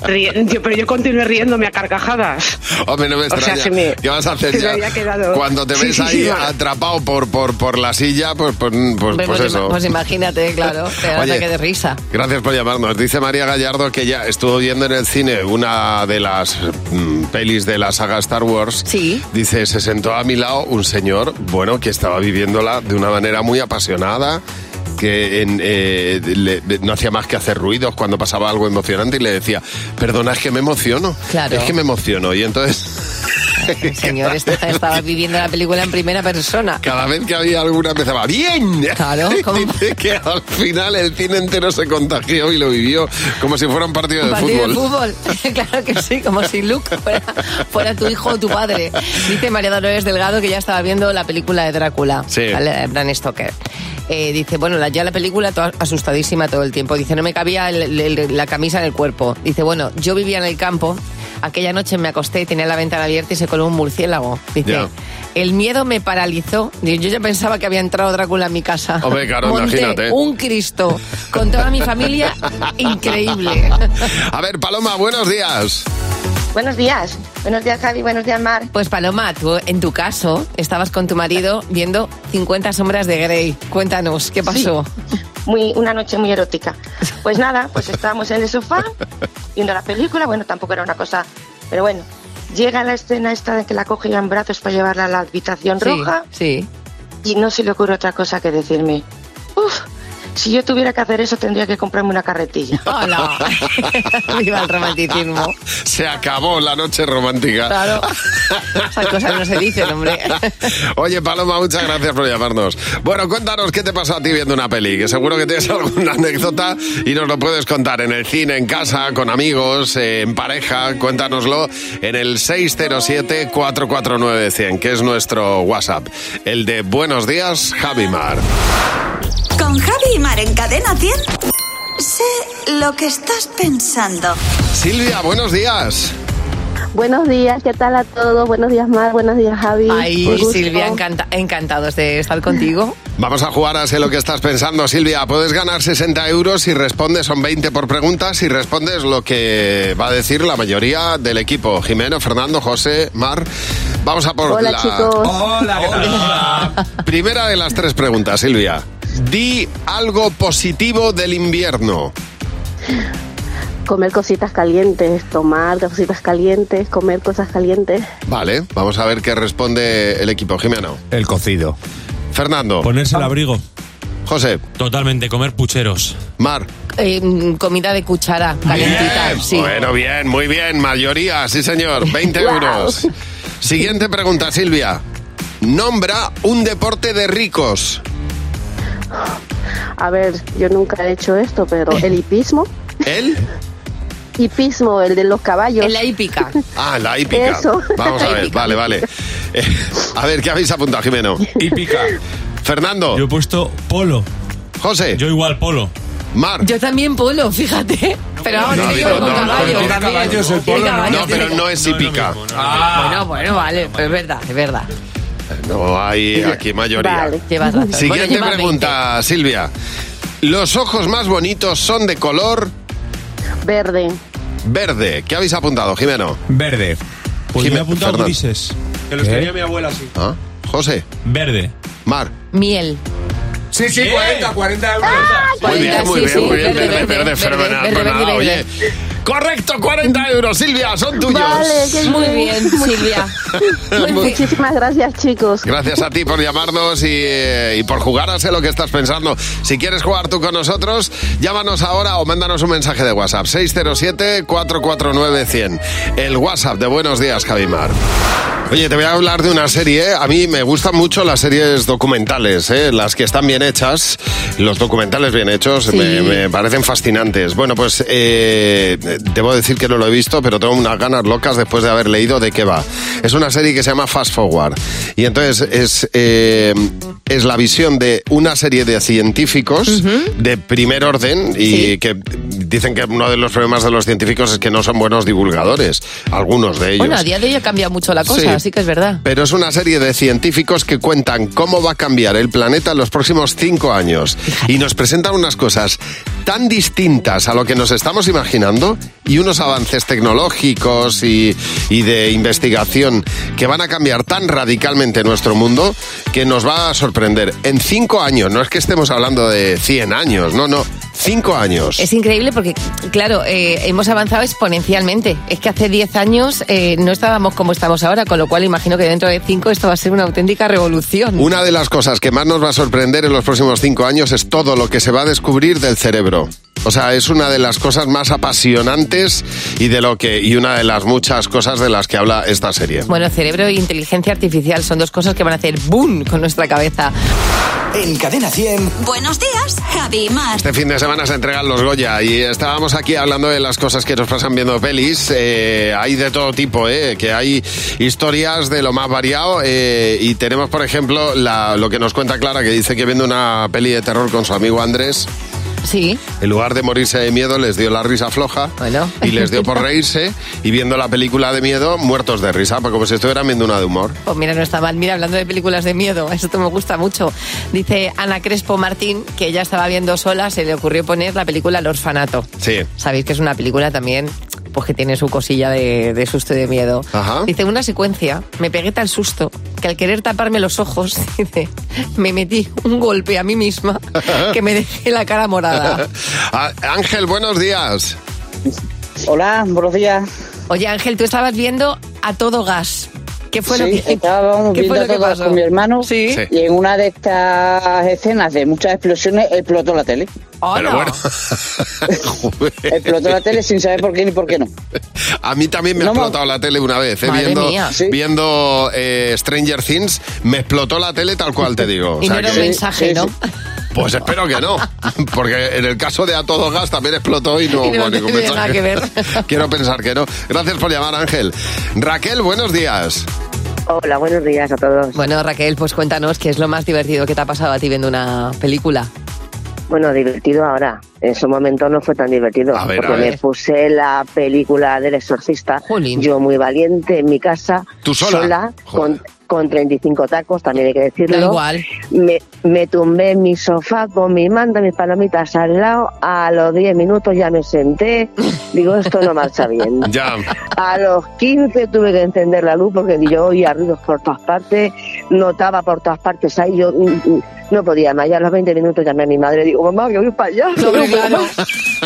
[SPEAKER 15] ríe- yo- pero yo continué riéndome a carcajadas.
[SPEAKER 2] Hombre, no me
[SPEAKER 15] O sea,
[SPEAKER 2] extraña.
[SPEAKER 15] se me-
[SPEAKER 2] ¿Qué vas a hacer
[SPEAKER 15] se me
[SPEAKER 2] ya?
[SPEAKER 15] había quedado.
[SPEAKER 2] Cuando te
[SPEAKER 15] Sí,
[SPEAKER 2] ves
[SPEAKER 15] sí,
[SPEAKER 2] ahí
[SPEAKER 15] (laughs) sí, va.
[SPEAKER 2] atrapado por, por, por la silla, pues, pues, pues,
[SPEAKER 3] Hombre, pues
[SPEAKER 2] pues eso.
[SPEAKER 3] ima- pues imagínate, claro, te da un
[SPEAKER 2] Oye.
[SPEAKER 3] ataque de
[SPEAKER 2] (laughs)
[SPEAKER 3] risa.
[SPEAKER 2] Gracias por llamarnos. Dice María Gallardo que ya estuvo viendo en el cine una de las mm, pelis de la saga Star Wars.
[SPEAKER 3] Sí.
[SPEAKER 2] Dice, se sentó a mi lado un señor, bueno, que estaba viviéndola de una manera muy apasionada. que en, eh, le- le- no hacía más que hacer ruidos cuando pasaba algo emocionante y le decía, perdona, es que me emociono.
[SPEAKER 3] Claro.
[SPEAKER 2] Es que me emociono. Y entonces... (laughs)
[SPEAKER 3] El señor esta- estaba viviendo la película en primera persona.
[SPEAKER 2] Cada vez que había alguna empezaba bien. (laughs)
[SPEAKER 3] Claro,
[SPEAKER 2] Dice que al final el cine entero se contagió y lo vivió como si fuera un partido,
[SPEAKER 3] Un partido
[SPEAKER 2] de
[SPEAKER 3] de
[SPEAKER 2] fútbol.
[SPEAKER 3] fútbol. (laughs) claro que sí, como si Luke fuera, fuera tu hijo o tu padre. Dice María Dolores Delgado que ya estaba viendo la película de Drácula,
[SPEAKER 16] Sí.
[SPEAKER 3] ¿vale? de Bram Stoker. Eh, dice, bueno, la- ya la película to- asustadísima todo el tiempo. Dice, no me cabía el- el- la camisa en el cuerpo. Dice, bueno, yo vivía en el campo, aquella noche me acosté y tenía la ventana abierta y se coló un murciélago. Dice,
[SPEAKER 2] Ya.
[SPEAKER 3] el miedo me paralizó. Dice, Yo ya pensaba que había entrado Drácula en mi casa.
[SPEAKER 2] Hombre, claro,
[SPEAKER 3] Monté
[SPEAKER 2] imagínate.
[SPEAKER 3] un Cristo con toda mi familia. Increíble.
[SPEAKER 2] A ver, Paloma, buenos días.
[SPEAKER 17] Buenos días. Buenos días, Javi. Buenos días, Mar.
[SPEAKER 3] Pues Paloma, tú en tu caso estabas con tu marido viendo 50 sombras de Grey. Cuéntanos, ¿qué pasó?
[SPEAKER 17] Muy, una noche muy erótica. Pues
[SPEAKER 3] (laughs)
[SPEAKER 17] nada, pues estábamos en el sofá viendo la película. Bueno, tampoco era una cosa, pero bueno. Llega la escena esta de que la coge ya en brazos para llevarla a la habitación
[SPEAKER 3] Sí,
[SPEAKER 17] roja.
[SPEAKER 3] Sí.
[SPEAKER 17] Y no se le ocurre otra cosa que decirme, uff, si yo tuviera que hacer eso tendría que comprarme una carretilla.
[SPEAKER 6] (laughs)
[SPEAKER 3] Hola. Viva el romanticismo.
[SPEAKER 2] (laughs) Se acabó la noche romántica.
[SPEAKER 3] Claro. Esas cosas no se dicen, hombre.
[SPEAKER 2] Oye, Paloma, muchas gracias por llamarnos. Bueno, cuéntanos qué te pasó a ti viendo una peli, que seguro que tienes (laughs) alguna anécdota y nos lo puedes contar en el cine, en casa, con amigos, eh, en pareja. Cuéntanoslo en el 607-449-100, que es nuestro WhatsApp. El de Buenos Días, Javi Mar.
[SPEAKER 1] Con Javi y Mar en Cadena 100. Sé lo que estás pensando.
[SPEAKER 2] Silvia, buenos días.
[SPEAKER 16] Buenos días, ¿qué tal a todos? Buenos días, Mar, buenos días, Javi.
[SPEAKER 3] Ay,
[SPEAKER 16] Un gusto.
[SPEAKER 3] Silvia, encanta- encantados de estar contigo.
[SPEAKER 2] Vamos a jugar a sé lo que estás pensando, Silvia. Puedes ganar 60 euros si respondes, son 20 por pregunta, si respondes lo que va a decir la mayoría del equipo. Jimeno, Fernando, José, Mar. Vamos a por
[SPEAKER 16] Hola,
[SPEAKER 2] la
[SPEAKER 16] chicos.
[SPEAKER 8] Hola, ¿qué tal?
[SPEAKER 2] primera de las tres preguntas, Silvia. Di algo positivo del invierno.
[SPEAKER 16] Comer cositas calientes, tomar cositas calientes, comer cosas calientes.
[SPEAKER 2] Vale, vamos a ver qué responde el equipo. Jimeno.
[SPEAKER 8] El cocido.
[SPEAKER 2] Fernando. Ah.
[SPEAKER 10] Ponerse el abrigo.
[SPEAKER 2] José.
[SPEAKER 10] Totalmente, comer pucheros.
[SPEAKER 2] Mar.
[SPEAKER 3] Eh, mm, comida de cuchara, calentita.
[SPEAKER 2] Bien,
[SPEAKER 3] Sí.
[SPEAKER 2] Bueno, bien, muy bien, mayoría, sí señor, 20
[SPEAKER 3] Wow.
[SPEAKER 2] euros. Siguiente pregunta, Silvia. Nombra un deporte de ricos.
[SPEAKER 16] A ver, yo nunca he hecho esto, pero el hipismo,
[SPEAKER 2] ¿El?
[SPEAKER 16] hipismo, el de los caballos.
[SPEAKER 3] En la hípica.
[SPEAKER 2] Ah, la hípica.
[SPEAKER 16] Eso.
[SPEAKER 3] (laughs)
[SPEAKER 2] Vamos a ver,
[SPEAKER 16] Hípica.
[SPEAKER 2] vale, vale. Eh, a ver, ¿qué habéis apuntado, Jimeno? Hípica. Fernando. Yo he
[SPEAKER 10] puesto polo.
[SPEAKER 2] José.
[SPEAKER 10] Yo igual polo.
[SPEAKER 2] Mar.
[SPEAKER 3] Yo también polo, fíjate. Pero vamos,
[SPEAKER 2] No,
[SPEAKER 3] te digo,
[SPEAKER 2] digo,
[SPEAKER 3] con
[SPEAKER 2] no, no,
[SPEAKER 3] caballo.
[SPEAKER 2] tiene
[SPEAKER 3] también.
[SPEAKER 2] caballos el
[SPEAKER 3] Tiene
[SPEAKER 2] polo, no,
[SPEAKER 3] caballos,
[SPEAKER 2] no,
[SPEAKER 3] tiene
[SPEAKER 2] pero no es hípica. Ah.
[SPEAKER 3] Bueno, bueno, vale, pero es verdad, es verdad.
[SPEAKER 2] No hay aquí mayoría.
[SPEAKER 3] Vale, llevas razón. Bueno,
[SPEAKER 2] Siguiente
[SPEAKER 3] lleva
[SPEAKER 2] pregunta, Silvia. ¿Los ojos más bonitos son de color
[SPEAKER 16] Verde.
[SPEAKER 2] verde? ¿Qué habéis apuntado, Jimeno?
[SPEAKER 8] Verde.
[SPEAKER 10] Pues yo he
[SPEAKER 2] Jimeno-
[SPEAKER 10] apuntado
[SPEAKER 2] Fernando.
[SPEAKER 10] grises. ¿eh?
[SPEAKER 4] Que
[SPEAKER 2] los tenía mi
[SPEAKER 4] abuela así.
[SPEAKER 2] ¿Ah? José.
[SPEAKER 10] Verde.
[SPEAKER 2] Mar.
[SPEAKER 3] Miel.
[SPEAKER 8] Sí, sí, 40, 40 euros.
[SPEAKER 2] Muy bien, muy bien, muy bien. Verde, verde, fenomenal. fenomenal. Oye, correcto, 40 euros, Silvia, son tuyos.
[SPEAKER 16] Vale, qué
[SPEAKER 3] Muy bien,
[SPEAKER 2] (laughs)
[SPEAKER 3] Silvia.
[SPEAKER 16] Muchísimas gracias, chicos.
[SPEAKER 2] Gracias a ti por llamarnos y, eh, y por jugar a sé lo que estás pensando. Si quieres jugar tú con nosotros, llámanos ahora o mándanos un mensaje de WhatsApp. 607-449-100. El WhatsApp de Buenos Días, Javimar. Oye, te voy a hablar de una serie. ¿eh? A mí me gustan mucho las series documentales, ¿eh? las que están bien hechas. Los documentales bien hechos me, me parecen fascinantes. Bueno, pues eh, debo decir que no lo he visto, pero tengo unas ganas locas después de haber leído de qué va. Es una serie que se llama Fast Forward. Y entonces es, eh, es la visión de una serie de científicos de primer orden y que dicen que uno de los problemas de los científicos es que no son buenos divulgadores, algunos de ellos.
[SPEAKER 3] Bueno, a día de hoy ha cambiado mucho la cosa,
[SPEAKER 2] Sí.
[SPEAKER 3] así que es verdad.
[SPEAKER 2] Pero es una serie de científicos que cuentan cómo va a cambiar el planeta en los próximos cinco años. Y nos presentan unas cosas tan distintas a lo que nos estamos imaginando y unos avances tecnológicos y, y de investigación que van a cambiar tan radicalmente nuestro mundo que nos va a sorprender. En cinco años, no es que estemos hablando de 100 años, no, no. Cinco años.
[SPEAKER 3] Es increíble porque, claro, eh, hemos avanzado exponencialmente. Es que hace 10 años eh, no estábamos como estamos ahora, con lo cual imagino que dentro de 5 esto va a ser una auténtica revolución.
[SPEAKER 2] Una de las cosas que más nos va a sorprender en los próximos cinco años es todo lo que se va a descubrir del cerebro. O sea, es una de las cosas más apasionantes y de lo que y una de las muchas cosas de las que habla esta serie.
[SPEAKER 3] Bueno, cerebro e inteligencia artificial son dos cosas que van a hacer boom con nuestra cabeza.
[SPEAKER 5] En Cadena 100.
[SPEAKER 1] Buenos días, Javi y Mar.
[SPEAKER 2] Este fin de semana se entregan los Goya y estábamos aquí hablando de las cosas que nos pasan viendo pelis. Eh, hay de todo tipo, eh, que hay historias de lo más variado eh, y tenemos, por ejemplo, la- lo que nos cuenta Clara, que dice que viendo una peli de terror con su amigo Andrés,
[SPEAKER 3] Sí.
[SPEAKER 2] en lugar de morirse de miedo les dio la risa floja y les dio por reírse y viendo la película de miedo muertos de risa, pues como si estuvieran viendo una de humor.
[SPEAKER 3] Pues mira, no está mal. Mira, hablando de películas de miedo, (laughs) esto me gusta mucho. Dice Ana Crespo Martín que ella estaba viendo sola, se le ocurrió poner la película El Orfanato.
[SPEAKER 2] Sí.
[SPEAKER 3] Sabéis que es una película también pues que tiene su cosilla de, de susto y de miedo. Dice, una secuencia, me pegué tal susto que al querer taparme los ojos, (laughs) dice, me metí un golpe a mí
[SPEAKER 2] (laughs)
[SPEAKER 3] misma que me dejé la cara morada.
[SPEAKER 2] Ah, Ángel, buenos días.
[SPEAKER 18] Hola, buenos días.
[SPEAKER 3] Oye Ángel, tú estabas viendo a todo gas. ¿Qué fue lo
[SPEAKER 18] Sí,
[SPEAKER 3] que,
[SPEAKER 18] estábamos
[SPEAKER 3] ¿qué fue
[SPEAKER 18] viendo
[SPEAKER 3] lo que
[SPEAKER 18] todas
[SPEAKER 3] pasó?
[SPEAKER 18] con mi hermano
[SPEAKER 3] Sí. Sí.
[SPEAKER 18] y en una de estas escenas de muchas explosiones explotó la tele.
[SPEAKER 2] Pero bueno. (laughs)
[SPEAKER 18] Explotó la tele sin saber por qué ni por qué no.
[SPEAKER 2] A mí también me ha explotado la tele una vez, eh,
[SPEAKER 18] Madre
[SPEAKER 2] viendo,
[SPEAKER 18] mía.
[SPEAKER 2] viendo eh, Stranger Things, me explotó la tele tal cual te digo. O
[SPEAKER 3] Y
[SPEAKER 2] sea
[SPEAKER 3] no era un
[SPEAKER 2] que-
[SPEAKER 3] mensaje, ¿no?
[SPEAKER 2] Pues espero que no, (laughs) porque en el caso de A Todo Gas también explotó y no
[SPEAKER 3] Y no
[SPEAKER 2] hubo ningún
[SPEAKER 3] tiene nada
[SPEAKER 2] mensaje.
[SPEAKER 3] que ver.
[SPEAKER 2] (laughs) Quiero pensar que no. Gracias por llamar, Ángel. Raquel, buenos días.
[SPEAKER 3] Hola, buenos días a todos. Bueno, Raquel, pues cuéntanos qué es lo más divertido que te ha pasado a ti viendo una película.
[SPEAKER 19] Bueno, divertido ahora. En su momento no fue tan divertido.
[SPEAKER 3] ver,
[SPEAKER 19] porque
[SPEAKER 3] a ver.
[SPEAKER 19] me puse la película del exorcista. Yo muy valiente en mi casa.
[SPEAKER 20] ¿Tú sola?
[SPEAKER 19] con, con 35 tacos, también hay que decirlo.
[SPEAKER 20] Da igual.
[SPEAKER 19] Me, me tumbé en mi sofá con mi manta y mis palomitas al lado. A los 10 minutos ya me senté. Digo, esto no
[SPEAKER 20] (laughs)
[SPEAKER 19] marcha bien.
[SPEAKER 2] Ya.
[SPEAKER 19] A los 15 tuve que encender la luz porque yo oía ruidos por todas partes, notaba por todas partes, ahí yo mm, mm, no podía más. Ya a los 20 minutos llamé a mi madre y digo, mamá, que voy para allá. (laughs)
[SPEAKER 3] Hombre, claro.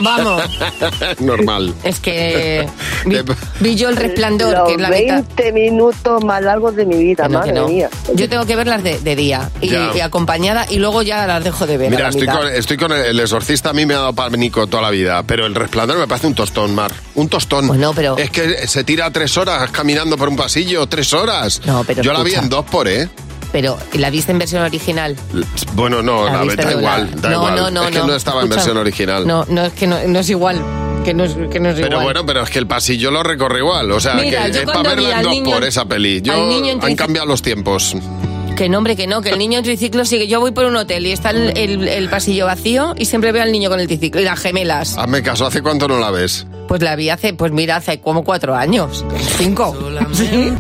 [SPEAKER 3] Vamos.
[SPEAKER 2] (laughs) Normal. Eh,
[SPEAKER 3] Es que vi, Eh, vi (laughs) yo el resplandor,
[SPEAKER 19] Los
[SPEAKER 3] que es la mitad.
[SPEAKER 19] 20 minutos más largos de mi vida,
[SPEAKER 3] Que no, que
[SPEAKER 19] madre
[SPEAKER 3] no.
[SPEAKER 19] mía.
[SPEAKER 3] Yo tengo que verlas de, de día y,
[SPEAKER 2] Ya.
[SPEAKER 3] y acompañada y luego ya las dejo de ver. a
[SPEAKER 2] Mira,
[SPEAKER 3] la
[SPEAKER 2] estoy
[SPEAKER 3] mitad.
[SPEAKER 2] con, estoy con el, el exorcista, a mí me ha dado pánico toda la vida, pero el resplandor me parece un tostón, Mar. Un tostón. pero... Es que se tira tres horas caminando por un pasillo, tres horas. No,
[SPEAKER 3] pero
[SPEAKER 2] Yo la vi
[SPEAKER 3] escucha.
[SPEAKER 2] en dos por, ¿eh?
[SPEAKER 3] Pero la viste en versión original.
[SPEAKER 2] Bueno, no,
[SPEAKER 3] La
[SPEAKER 2] la
[SPEAKER 3] viste
[SPEAKER 2] da
[SPEAKER 3] doblada.
[SPEAKER 2] igual, da
[SPEAKER 3] no,
[SPEAKER 2] igual.
[SPEAKER 3] no, no,
[SPEAKER 2] es que no, estaba en
[SPEAKER 3] Escucha,
[SPEAKER 2] versión original.
[SPEAKER 3] No, no es que no, no es igual. Que no es, que no es
[SPEAKER 2] Pero
[SPEAKER 3] igual.
[SPEAKER 2] bueno, pero es que el pasillo lo recorre igual. O sea,
[SPEAKER 3] Mira,
[SPEAKER 2] que
[SPEAKER 3] yo
[SPEAKER 2] es para
[SPEAKER 3] cuando vi
[SPEAKER 2] verla en
[SPEAKER 3] al
[SPEAKER 2] dos
[SPEAKER 3] niño-
[SPEAKER 2] por esa peli. Yo,
[SPEAKER 3] al niño en
[SPEAKER 2] han
[SPEAKER 3] trici-
[SPEAKER 2] cambiado los tiempos.
[SPEAKER 3] Que no, hombre, que no, que el niño en triciclo sigue. Yo voy por un hotel y está el, el- el pasillo vacío y siempre veo al niño con el triciclo y las gemelas.
[SPEAKER 2] Hazme caso, ¿hace cuánto no la ves?
[SPEAKER 3] Pues la vi hace, pues mira, hace como cuatro años. Cinco. Sí.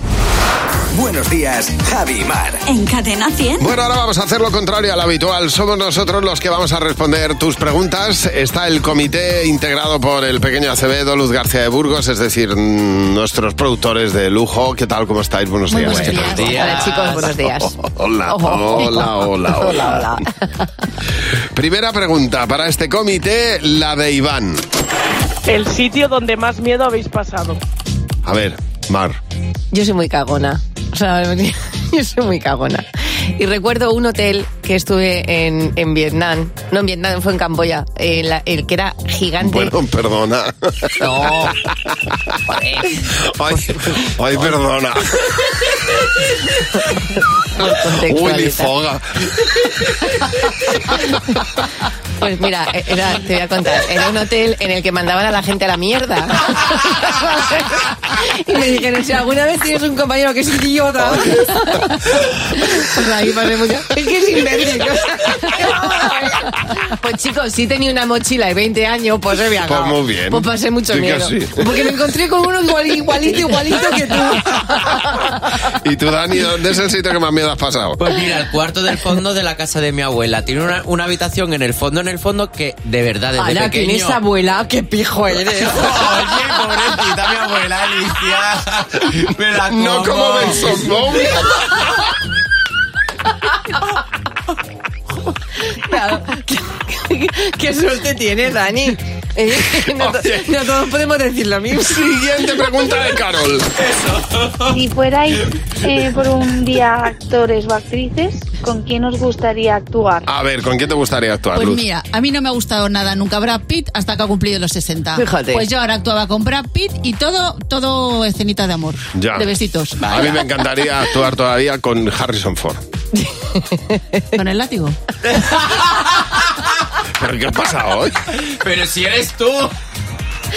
[SPEAKER 5] Buenos días, Javi y Mar.
[SPEAKER 1] En Cadena 100.
[SPEAKER 2] Bueno, ahora vamos a hacer lo contrario al habitual. Somos nosotros los que vamos a responder tus preguntas. Está el comité integrado por el pequeño Acevedo, Luz García de Burgos, es decir, mm, nuestros productores de lujo. ¿Qué tal? ¿Cómo estáis? Buenos
[SPEAKER 3] Muy
[SPEAKER 2] días.
[SPEAKER 3] buenos días. Hola, chicos, buenos días.
[SPEAKER 2] Hola, hola, hola, hola.
[SPEAKER 3] hola.
[SPEAKER 2] Primera pregunta para este comité, la de Iván.
[SPEAKER 21] El sitio donde más miedo habéis pasado.
[SPEAKER 2] A ver, Mar.
[SPEAKER 3] Yo soy muy cagona. O sea, (laughs) yo soy muy cagona. Y recuerdo un hotel que estuve en, en Vietnam. No, en Vietnam, fue en Camboya. El, el que era gigante.
[SPEAKER 2] Bueno, perdona.
[SPEAKER 3] No.
[SPEAKER 2] (laughs) Ay, ay, perdona. Uy,
[SPEAKER 3] contextualizar.
[SPEAKER 2] mi foga.
[SPEAKER 3] Pues mira, era- te voy a contar. Era un hotel en el que mandaban a la gente a la mierda. Y me dijeron, si alguna vez tienes un compañero que es idiota. Pues ahí pasé mucho. Es que es imbécil. Pues chicos, sí tenía una mochila de 20 años, pues he viajado.
[SPEAKER 2] Pues muy bien.
[SPEAKER 3] Pues pasé mucho
[SPEAKER 2] Sí que
[SPEAKER 3] miedo.
[SPEAKER 2] sí.
[SPEAKER 3] Porque me encontré con uno igual- igualito, igualito que tú.
[SPEAKER 2] ¿Y tú, Dani, dónde es el sitio que más miedo has pasado?
[SPEAKER 22] Pues mira, el cuarto del fondo de la casa de mi abuela. Tiene una, una habitación en el fondo, en el fondo, que de verdad, desde
[SPEAKER 3] Ala, ¿quién
[SPEAKER 22] pequeño... (laughs)
[SPEAKER 3] es abuela? ¡Qué pijo eres!
[SPEAKER 22] Pobrecita mi abuela Alicia. Me la
[SPEAKER 2] No como
[SPEAKER 22] (laughs)
[SPEAKER 2] Benson Bowie.
[SPEAKER 3] Claro. ¿Qué, qué suerte tienes, Dani. Eh, (laughs) no, to- no todos podemos decir lo mismo.
[SPEAKER 2] Siguiente pregunta de Carol.
[SPEAKER 6] Si fuerais eh, por un día actores o actrices, ¿con quién os gustaría actuar?
[SPEAKER 2] A ver, ¿con quién te gustaría actuar,
[SPEAKER 20] Pues
[SPEAKER 2] Luz?
[SPEAKER 20] mira, a mí no me ha gustado nada nunca Brad Pitt hasta que ha cumplido los 60.
[SPEAKER 2] Fíjate.
[SPEAKER 20] Pues yo ahora actuaba con Brad Pitt y todo, todo escenita de amor.
[SPEAKER 2] Ya.
[SPEAKER 20] De besitos.
[SPEAKER 2] A mí me encantaría actuar todavía con Harrison Ford.
[SPEAKER 20] (laughs) Con el látigo.
[SPEAKER 2] ¿Pero qué pasa hoy?
[SPEAKER 22] Pero si eres tú.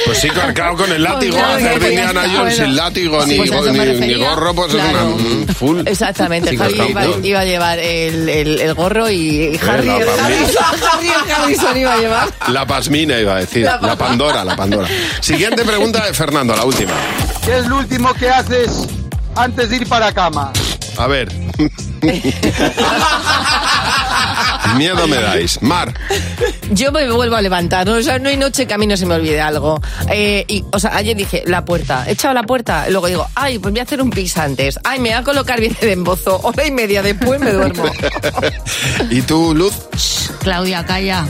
[SPEAKER 2] Pues sí, cargado con el
[SPEAKER 20] Pues
[SPEAKER 2] látigo.
[SPEAKER 20] claro,
[SPEAKER 2] hacer de
[SPEAKER 20] pues ya
[SPEAKER 2] Indiana
[SPEAKER 20] está,
[SPEAKER 2] Jones
[SPEAKER 20] bueno.
[SPEAKER 2] sin látigo,
[SPEAKER 20] Sí,
[SPEAKER 2] ni,
[SPEAKER 20] pues a eso
[SPEAKER 2] ni-
[SPEAKER 20] me
[SPEAKER 2] ni
[SPEAKER 20] refería.
[SPEAKER 2] gorro, pues
[SPEAKER 20] Claro.
[SPEAKER 2] es una mm, full.
[SPEAKER 3] Exactamente,
[SPEAKER 2] Sí,
[SPEAKER 3] Javi
[SPEAKER 2] está
[SPEAKER 3] iba,
[SPEAKER 2] full.
[SPEAKER 3] iba a llevar el, el- el gorro y Harry,
[SPEAKER 2] Venga, para mí.
[SPEAKER 3] (laughs) Harry, Harry Harrison iba a llevar.
[SPEAKER 2] La pasmina iba a decir.
[SPEAKER 3] La pa-
[SPEAKER 2] La Pandora, la Pandora. Siguiente pregunta de Fernando, la última.
[SPEAKER 23] ¿Qué es lo último que haces antes de ir para cama?
[SPEAKER 3] (laughs)
[SPEAKER 2] A ver. Miedo me dais. Mar.
[SPEAKER 3] Yo me vuelvo a levantar, ¿no? O sea, no hay noche que a mí no se me olvide algo. Eh, y, o sea, ayer dije, la puerta, he echado la puerta, y luego digo, ay, pues voy a hacer un pis antes, ay, me voy a colocar bien de embozo, hora y media después me duermo.
[SPEAKER 2] ¿Y tú, Luz?
[SPEAKER 20] Claudia, calla.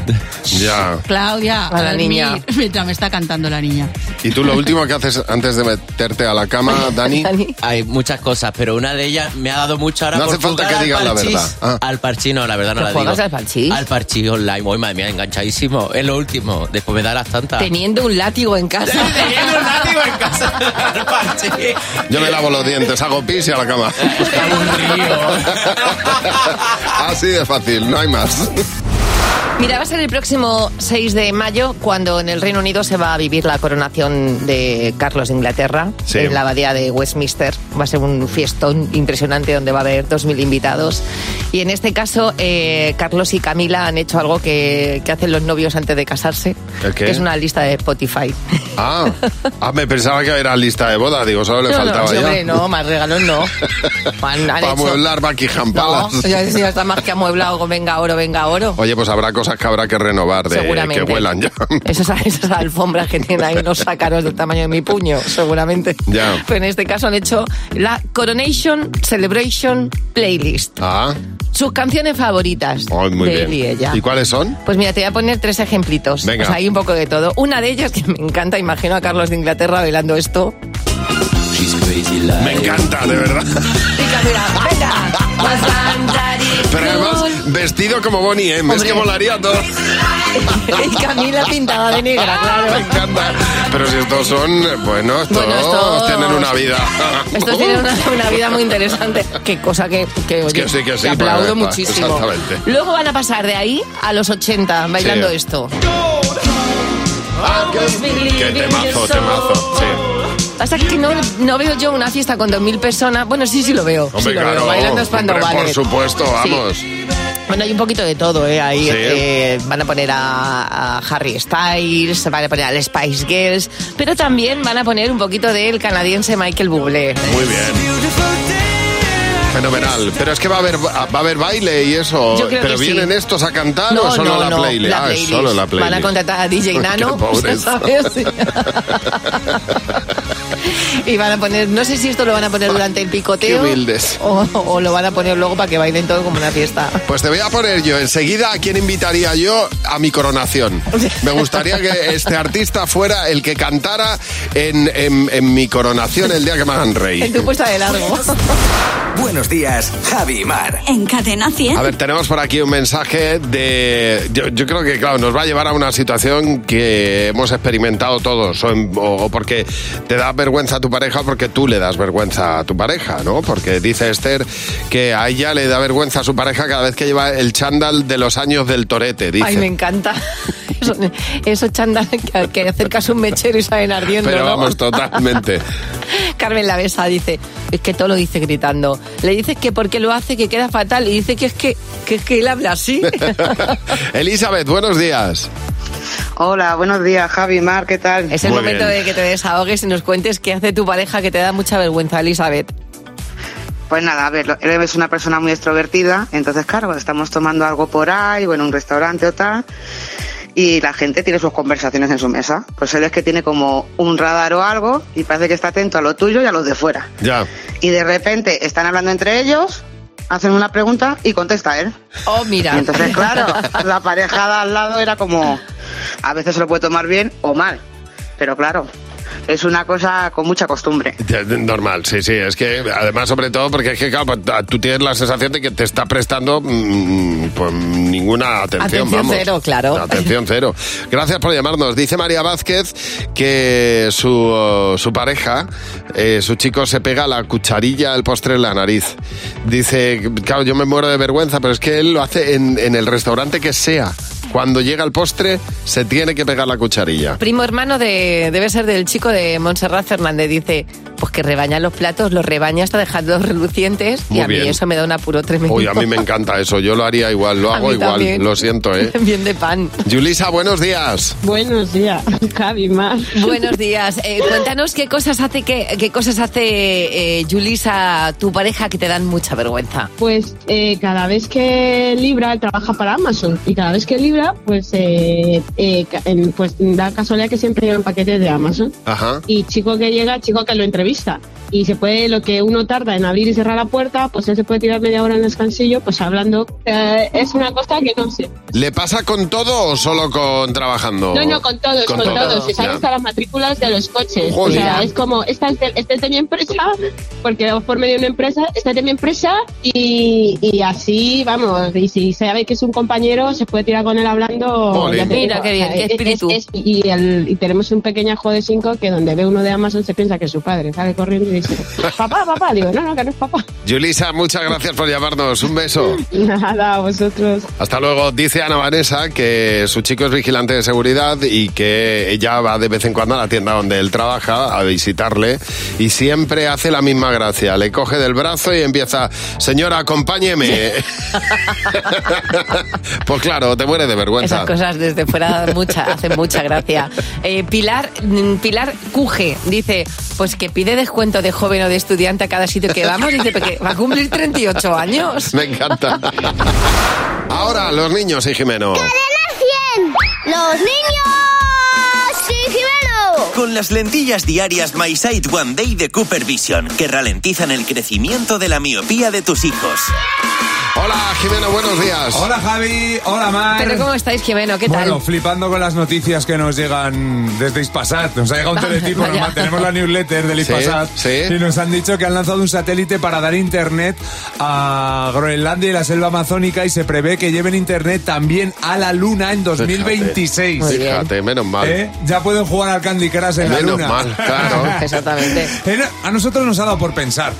[SPEAKER 2] Ya.
[SPEAKER 20] Claudia,
[SPEAKER 3] A la
[SPEAKER 20] dormir,
[SPEAKER 2] niña.
[SPEAKER 20] Mientras me está cantando la niña.
[SPEAKER 2] ¿Y tú lo último que haces antes de meterte a
[SPEAKER 3] (laughs)
[SPEAKER 2] la cama, Dani?
[SPEAKER 22] Hay muchas cosas, pero una de ellas me ha dado mucho ahora.
[SPEAKER 2] No
[SPEAKER 22] por
[SPEAKER 2] hace falta
[SPEAKER 22] jugar
[SPEAKER 2] que
[SPEAKER 22] al
[SPEAKER 2] digas la
[SPEAKER 22] parchís.
[SPEAKER 2] verdad. Ah.
[SPEAKER 22] Al parchís, no, la verdad no
[SPEAKER 3] ¿Pero
[SPEAKER 22] la digo.
[SPEAKER 3] juegas al parchís?
[SPEAKER 22] Al parchís online. Voy, madre mía, enganchadísimo. Es lo último. Después me da las tantas.
[SPEAKER 3] Teniendo un látigo en
[SPEAKER 22] (laughs)
[SPEAKER 3] casa.
[SPEAKER 22] Teniendo un látigo en casa.
[SPEAKER 3] (laughs)
[SPEAKER 22] Al parchís.
[SPEAKER 2] Yo me lavo los dientes, hago pis y a la cama. Así de fácil, no hay más.
[SPEAKER 3] Mira, va a ser el próximo 6 de mayo cuando en el Reino Unido se va a vivir la coronación de Carlos de Inglaterra
[SPEAKER 24] Sí.
[SPEAKER 3] en la abadía de Westminster. Va a ser un fiestón impresionante donde va a haber 2.000 invitados. Y en este caso, eh, Carlos y Camila han hecho algo que, que hacen los novios antes de casarse,
[SPEAKER 2] ¿El qué?
[SPEAKER 3] que es una lista de Spotify.
[SPEAKER 2] Ah, ah, me pensaba que era lista de boda, digo, solo Pues le
[SPEAKER 3] no,
[SPEAKER 2] faltaba
[SPEAKER 3] no, sí,
[SPEAKER 2] ya.
[SPEAKER 3] hombre,
[SPEAKER 2] (laughs)
[SPEAKER 3] no, más regalos no. Han- han
[SPEAKER 2] Para
[SPEAKER 3] hecho-
[SPEAKER 2] amueblar Buckingham
[SPEAKER 3] No,
[SPEAKER 2] Palace.
[SPEAKER 3] ya, ya está más que amueblado con venga oro, venga oro.
[SPEAKER 2] Oye, pues habrá cosas que habrá que renovar de que
[SPEAKER 3] Seguramente.
[SPEAKER 2] huelan ya. (laughs)
[SPEAKER 3] Esas, esas alfombras que tienen ahí unos sácaros del tamaño de mi puño, seguramente.
[SPEAKER 2] Ya.
[SPEAKER 3] Pero en este caso han hecho la Coronation Celebration Playlist.
[SPEAKER 2] Ah,
[SPEAKER 3] Sus canciones favoritas
[SPEAKER 2] ay, muy
[SPEAKER 3] de
[SPEAKER 2] bien.
[SPEAKER 3] él y ella.
[SPEAKER 2] ¿Y cuáles son?
[SPEAKER 3] Pues mira, te voy a poner tres ejemplitos.
[SPEAKER 2] Venga.
[SPEAKER 3] O sea, hay un poco de todo. Una de ellas que me encanta, imagino a Carlos de Inglaterra bailando esto. (laughs)
[SPEAKER 2] Me encanta, de verdad.
[SPEAKER 3] (laughs)
[SPEAKER 22] Pues
[SPEAKER 2] Pero además, vestido como Bonnie M, es que molaría todo.
[SPEAKER 3] Y Camila pintada de negra, claro.
[SPEAKER 2] Me encanta. Pero si estos son, eh, bueno, estos,
[SPEAKER 3] Bueno, estos-
[SPEAKER 2] tienen una vida.
[SPEAKER 3] (laughs)
[SPEAKER 2] (laughs)
[SPEAKER 3] Estos tienen una, una vida muy interesante. Qué cosa que, que, oye,
[SPEAKER 2] que sí, que sí,
[SPEAKER 3] te aplaudo
[SPEAKER 2] para-
[SPEAKER 3] muchísimo.
[SPEAKER 2] exactamente.
[SPEAKER 3] Luego van a pasar de ahí a los 80 bailando
[SPEAKER 2] Sí.
[SPEAKER 3] esto.
[SPEAKER 2] ah, Qué temazo, temazo. Sí.
[SPEAKER 3] Pasa que no, no veo yo una fiesta con 2.000 personas. Bueno, sí, sí lo veo. sí
[SPEAKER 2] Hombre,
[SPEAKER 3] lo
[SPEAKER 2] claro.
[SPEAKER 3] veo. Bailando Spandau
[SPEAKER 2] hombre, por
[SPEAKER 3] Ballet.
[SPEAKER 2] supuesto,
[SPEAKER 3] Sí.
[SPEAKER 2] vamos.
[SPEAKER 3] Bueno, hay un poquito de todo, ¿eh? Ahí
[SPEAKER 2] Sí.
[SPEAKER 3] eh, van a poner a, a Harry Styles, van a poner al Spice Girls, pero también van a poner un poquito del canadiense Michael Bublé.
[SPEAKER 2] Muy bien. Fenomenal. Pero es que va a haber, va a haber baile y eso.
[SPEAKER 3] Yo creo
[SPEAKER 2] ¿Pero
[SPEAKER 3] que sí.
[SPEAKER 2] vienen estos a cantar o solo la playlist? ah, es solo la playlist.
[SPEAKER 3] Van a contratar a DJ
[SPEAKER 2] (laughs) Qué
[SPEAKER 3] Nano. pues,
[SPEAKER 2] pobreza. (laughs)
[SPEAKER 3] ¿sabes? y van a poner, no sé si esto lo van a poner durante el picoteo.
[SPEAKER 2] Qué humildes.
[SPEAKER 3] O, o lo van a poner luego para que bailen todo como una fiesta.
[SPEAKER 2] Pues te voy a poner yo enseguida a quién invitaría yo a mi coronación. Me gustaría que este artista fuera el que cantara en, en- en mi coronación el día que me hagan
[SPEAKER 1] En
[SPEAKER 2] reír.
[SPEAKER 1] tu puesta de largo.
[SPEAKER 5] Buenos días, Javi y Mar.
[SPEAKER 1] En cadena 100.
[SPEAKER 2] A ver, tenemos por aquí un mensaje de... Yo, yo creo que, claro, nos va a llevar a una situación que hemos experimentado todos, o, en- o- o porque te da vergüenza a tu pareja, o porque tú le das vergüenza a tu pareja, ¿no? Porque dice Esther que a ella le da vergüenza a su pareja cada vez que lleva el chándal de los años del torete, dice.
[SPEAKER 3] Ay, me encanta. (laughs) Eso- Esos chandales que, que acercas un mechero y salen ardiendo.
[SPEAKER 2] Pero
[SPEAKER 3] ¿no? (laughs)
[SPEAKER 2] vamos, totalmente. (laughs)
[SPEAKER 3] Carmen Lavesa dice, es que todo lo dice gritando. Le dices que porque lo hace, que queda fatal. Y dice que es que, que, es que él habla
[SPEAKER 2] (laughs)
[SPEAKER 3] así.
[SPEAKER 2] Elizabeth, buenos días.
[SPEAKER 25] Hola, buenos días, Javi, Mar, ¿qué tal?
[SPEAKER 3] Es el momento de que te desahogues y nos cuentes qué hace tu pareja que te da mucha vergüenza, Elizabeth.
[SPEAKER 25] Pues nada, a ver, lo- él es una persona muy extrovertida, entonces claro, estamos tomando algo por ahí, o en un restaurante o tal, y la gente tiene sus conversaciones en su mesa. Pues él es que tiene como un radar o algo, y parece que está atento a lo tuyo y a los de fuera.
[SPEAKER 2] Ya.
[SPEAKER 25] Y de repente están hablando entre ellos, hacen una pregunta y contesta él.
[SPEAKER 3] Oh, mira.
[SPEAKER 25] Y
[SPEAKER 3] (laughs)
[SPEAKER 25] entonces, claro, la pareja de al lado era como, a veces se lo puede tomar bien o mal, pero claro, es una cosa con mucha costumbre.
[SPEAKER 2] Normal, sí, sí. Es que además, sobre todo, porque es que, claro, pues, tú tienes la sensación de que te está prestando mm, pues, ninguna atención.
[SPEAKER 3] Atención
[SPEAKER 2] vamos.
[SPEAKER 3] cero, claro.
[SPEAKER 2] Atención cero. Gracias por llamarnos. Dice María Vázquez que su, su pareja, eh, su chico, se pega la cucharilla del postre en la nariz. Dice, claro, yo me muero de vergüenza, pero es que él lo hace en, en el restaurante que sea. Cuando llega el postre, se tiene que pegar la cucharilla.
[SPEAKER 3] (laughs) Primo hermano de, debe ser del chico de Montserrat Fernández. Dice, pues que rebaña los platos, los rebaña hasta dejarlos (laughs) relucientes. y
[SPEAKER 2] Muy
[SPEAKER 3] a mí
[SPEAKER 2] bien.
[SPEAKER 3] eso me da un apuro tremendo.
[SPEAKER 2] Uy, a mí me encanta eso. Yo lo haría igual, lo
[SPEAKER 3] A
[SPEAKER 2] hago
[SPEAKER 3] mí
[SPEAKER 2] igual.
[SPEAKER 3] también.
[SPEAKER 2] Lo siento, ¿eh?
[SPEAKER 3] (laughs) Bien de pan.
[SPEAKER 2] Yulisa, buenos días.
[SPEAKER 7] Buenos días, (laughs) Javi más.
[SPEAKER 3] Buenos días. Eh, cuéntanos qué cosas hace que qué cosas hace eh, Yulisa, tu pareja, que te dan mucha vergüenza.
[SPEAKER 7] Pues eh, cada vez que Libra él trabaja para Amazon y cada vez que Libra, pues, eh, eh, ca- en- pues da casualidad que siempre llegan paquetes de Amazon.
[SPEAKER 2] Ajá.
[SPEAKER 7] Y chico que llega, chico que lo entrevista. Y se puede, lo que uno tarda en abrir y cerrar la puerta, pues él se puede tirar media hora en el descansillo, pues hablando. Eh, es una cosa que no sé.
[SPEAKER 2] ¿Le pasa con todo o solo con trabajando?
[SPEAKER 7] No, no, con todos, con, todos. Se sabe
[SPEAKER 2] Ya.
[SPEAKER 7] hasta las matrículas de los coches.
[SPEAKER 2] Joder.
[SPEAKER 7] O sea, es como, esta es de, este es de mi empresa, porque vamos por medio de una empresa, esta es de mi empresa, y, y así, vamos, y si sabe que es un compañero, se puede tirar con él hablando.
[SPEAKER 3] Jolín.
[SPEAKER 7] ya te
[SPEAKER 3] Mira, qué bien,
[SPEAKER 7] o sea,
[SPEAKER 3] qué
[SPEAKER 7] es- es-
[SPEAKER 3] espíritu.
[SPEAKER 7] es- y, el- y tenemos un pequeñajo de cinco que donde ve uno de Amazon se piensa que es su padre, sale corriendo y dice, papá, papá, digo, no, no, que no es papá. (laughs)
[SPEAKER 2] Yulisa, muchas gracias por llamarnos. Un beso.
[SPEAKER 7] Nada, a vosotros.
[SPEAKER 2] Hasta luego. Dice Ana Vanessa que su chico es vigilante de seguridad y que ella va de vez en cuando a la tienda donde él trabaja a visitarle y siempre hace la misma gracia. Le coge del brazo y empieza,
[SPEAKER 7] (laughs)
[SPEAKER 2] señora, acompáñeme. (laughs) pues claro, te mueres de vergüenza.
[SPEAKER 3] Esas cosas desde fuera dan mucha, hacen mucha gracia. Eh, Pilar, mm, Pilar Cuje dice, pues que pide descuento de joven o de estudiante a cada sitio que vamos, dice, porque va a cumplir 38 años.
[SPEAKER 2] Me encanta. Ahora, los niños y Jimeno.
[SPEAKER 9] ¡Los niños! ¡Sí, Jimeno!
[SPEAKER 5] Con las lentillas diarias My Sight One Day de Cooper Vision, que ralentizan el crecimiento de la miopía de tus hijos.
[SPEAKER 2] Hola, Jimeno, buenos días.
[SPEAKER 8] Hola, Javi. Hola, Mar.
[SPEAKER 3] Pero ¿cómo estáis, Jimeno? ¿Qué tal?
[SPEAKER 8] Bueno, flipando con las noticias que nos llegan desde Ispasat. Nos ha llegado un teletipo,
[SPEAKER 3] Vaya.
[SPEAKER 8] normal, tenemos la newsletter del
[SPEAKER 2] Sí,
[SPEAKER 8] Ispasat.
[SPEAKER 2] sí.
[SPEAKER 8] Y nos han dicho que han lanzado un satélite para dar internet a Groenlandia y la selva amazónica y se prevé que lleven internet también a la luna en 2026.
[SPEAKER 2] Fíjate, fíjate, menos mal.
[SPEAKER 8] ¿Eh? Ya pueden jugar al Candy Crush en la
[SPEAKER 2] Menos
[SPEAKER 8] luna.
[SPEAKER 2] mal,
[SPEAKER 8] (laughs)
[SPEAKER 2] claro.
[SPEAKER 3] Exactamente.
[SPEAKER 8] Era- A nosotros nos ha dado por pensar.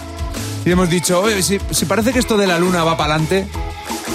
[SPEAKER 8] Y hemos dicho, oye, si, si parece que esto de la luna va para adelante,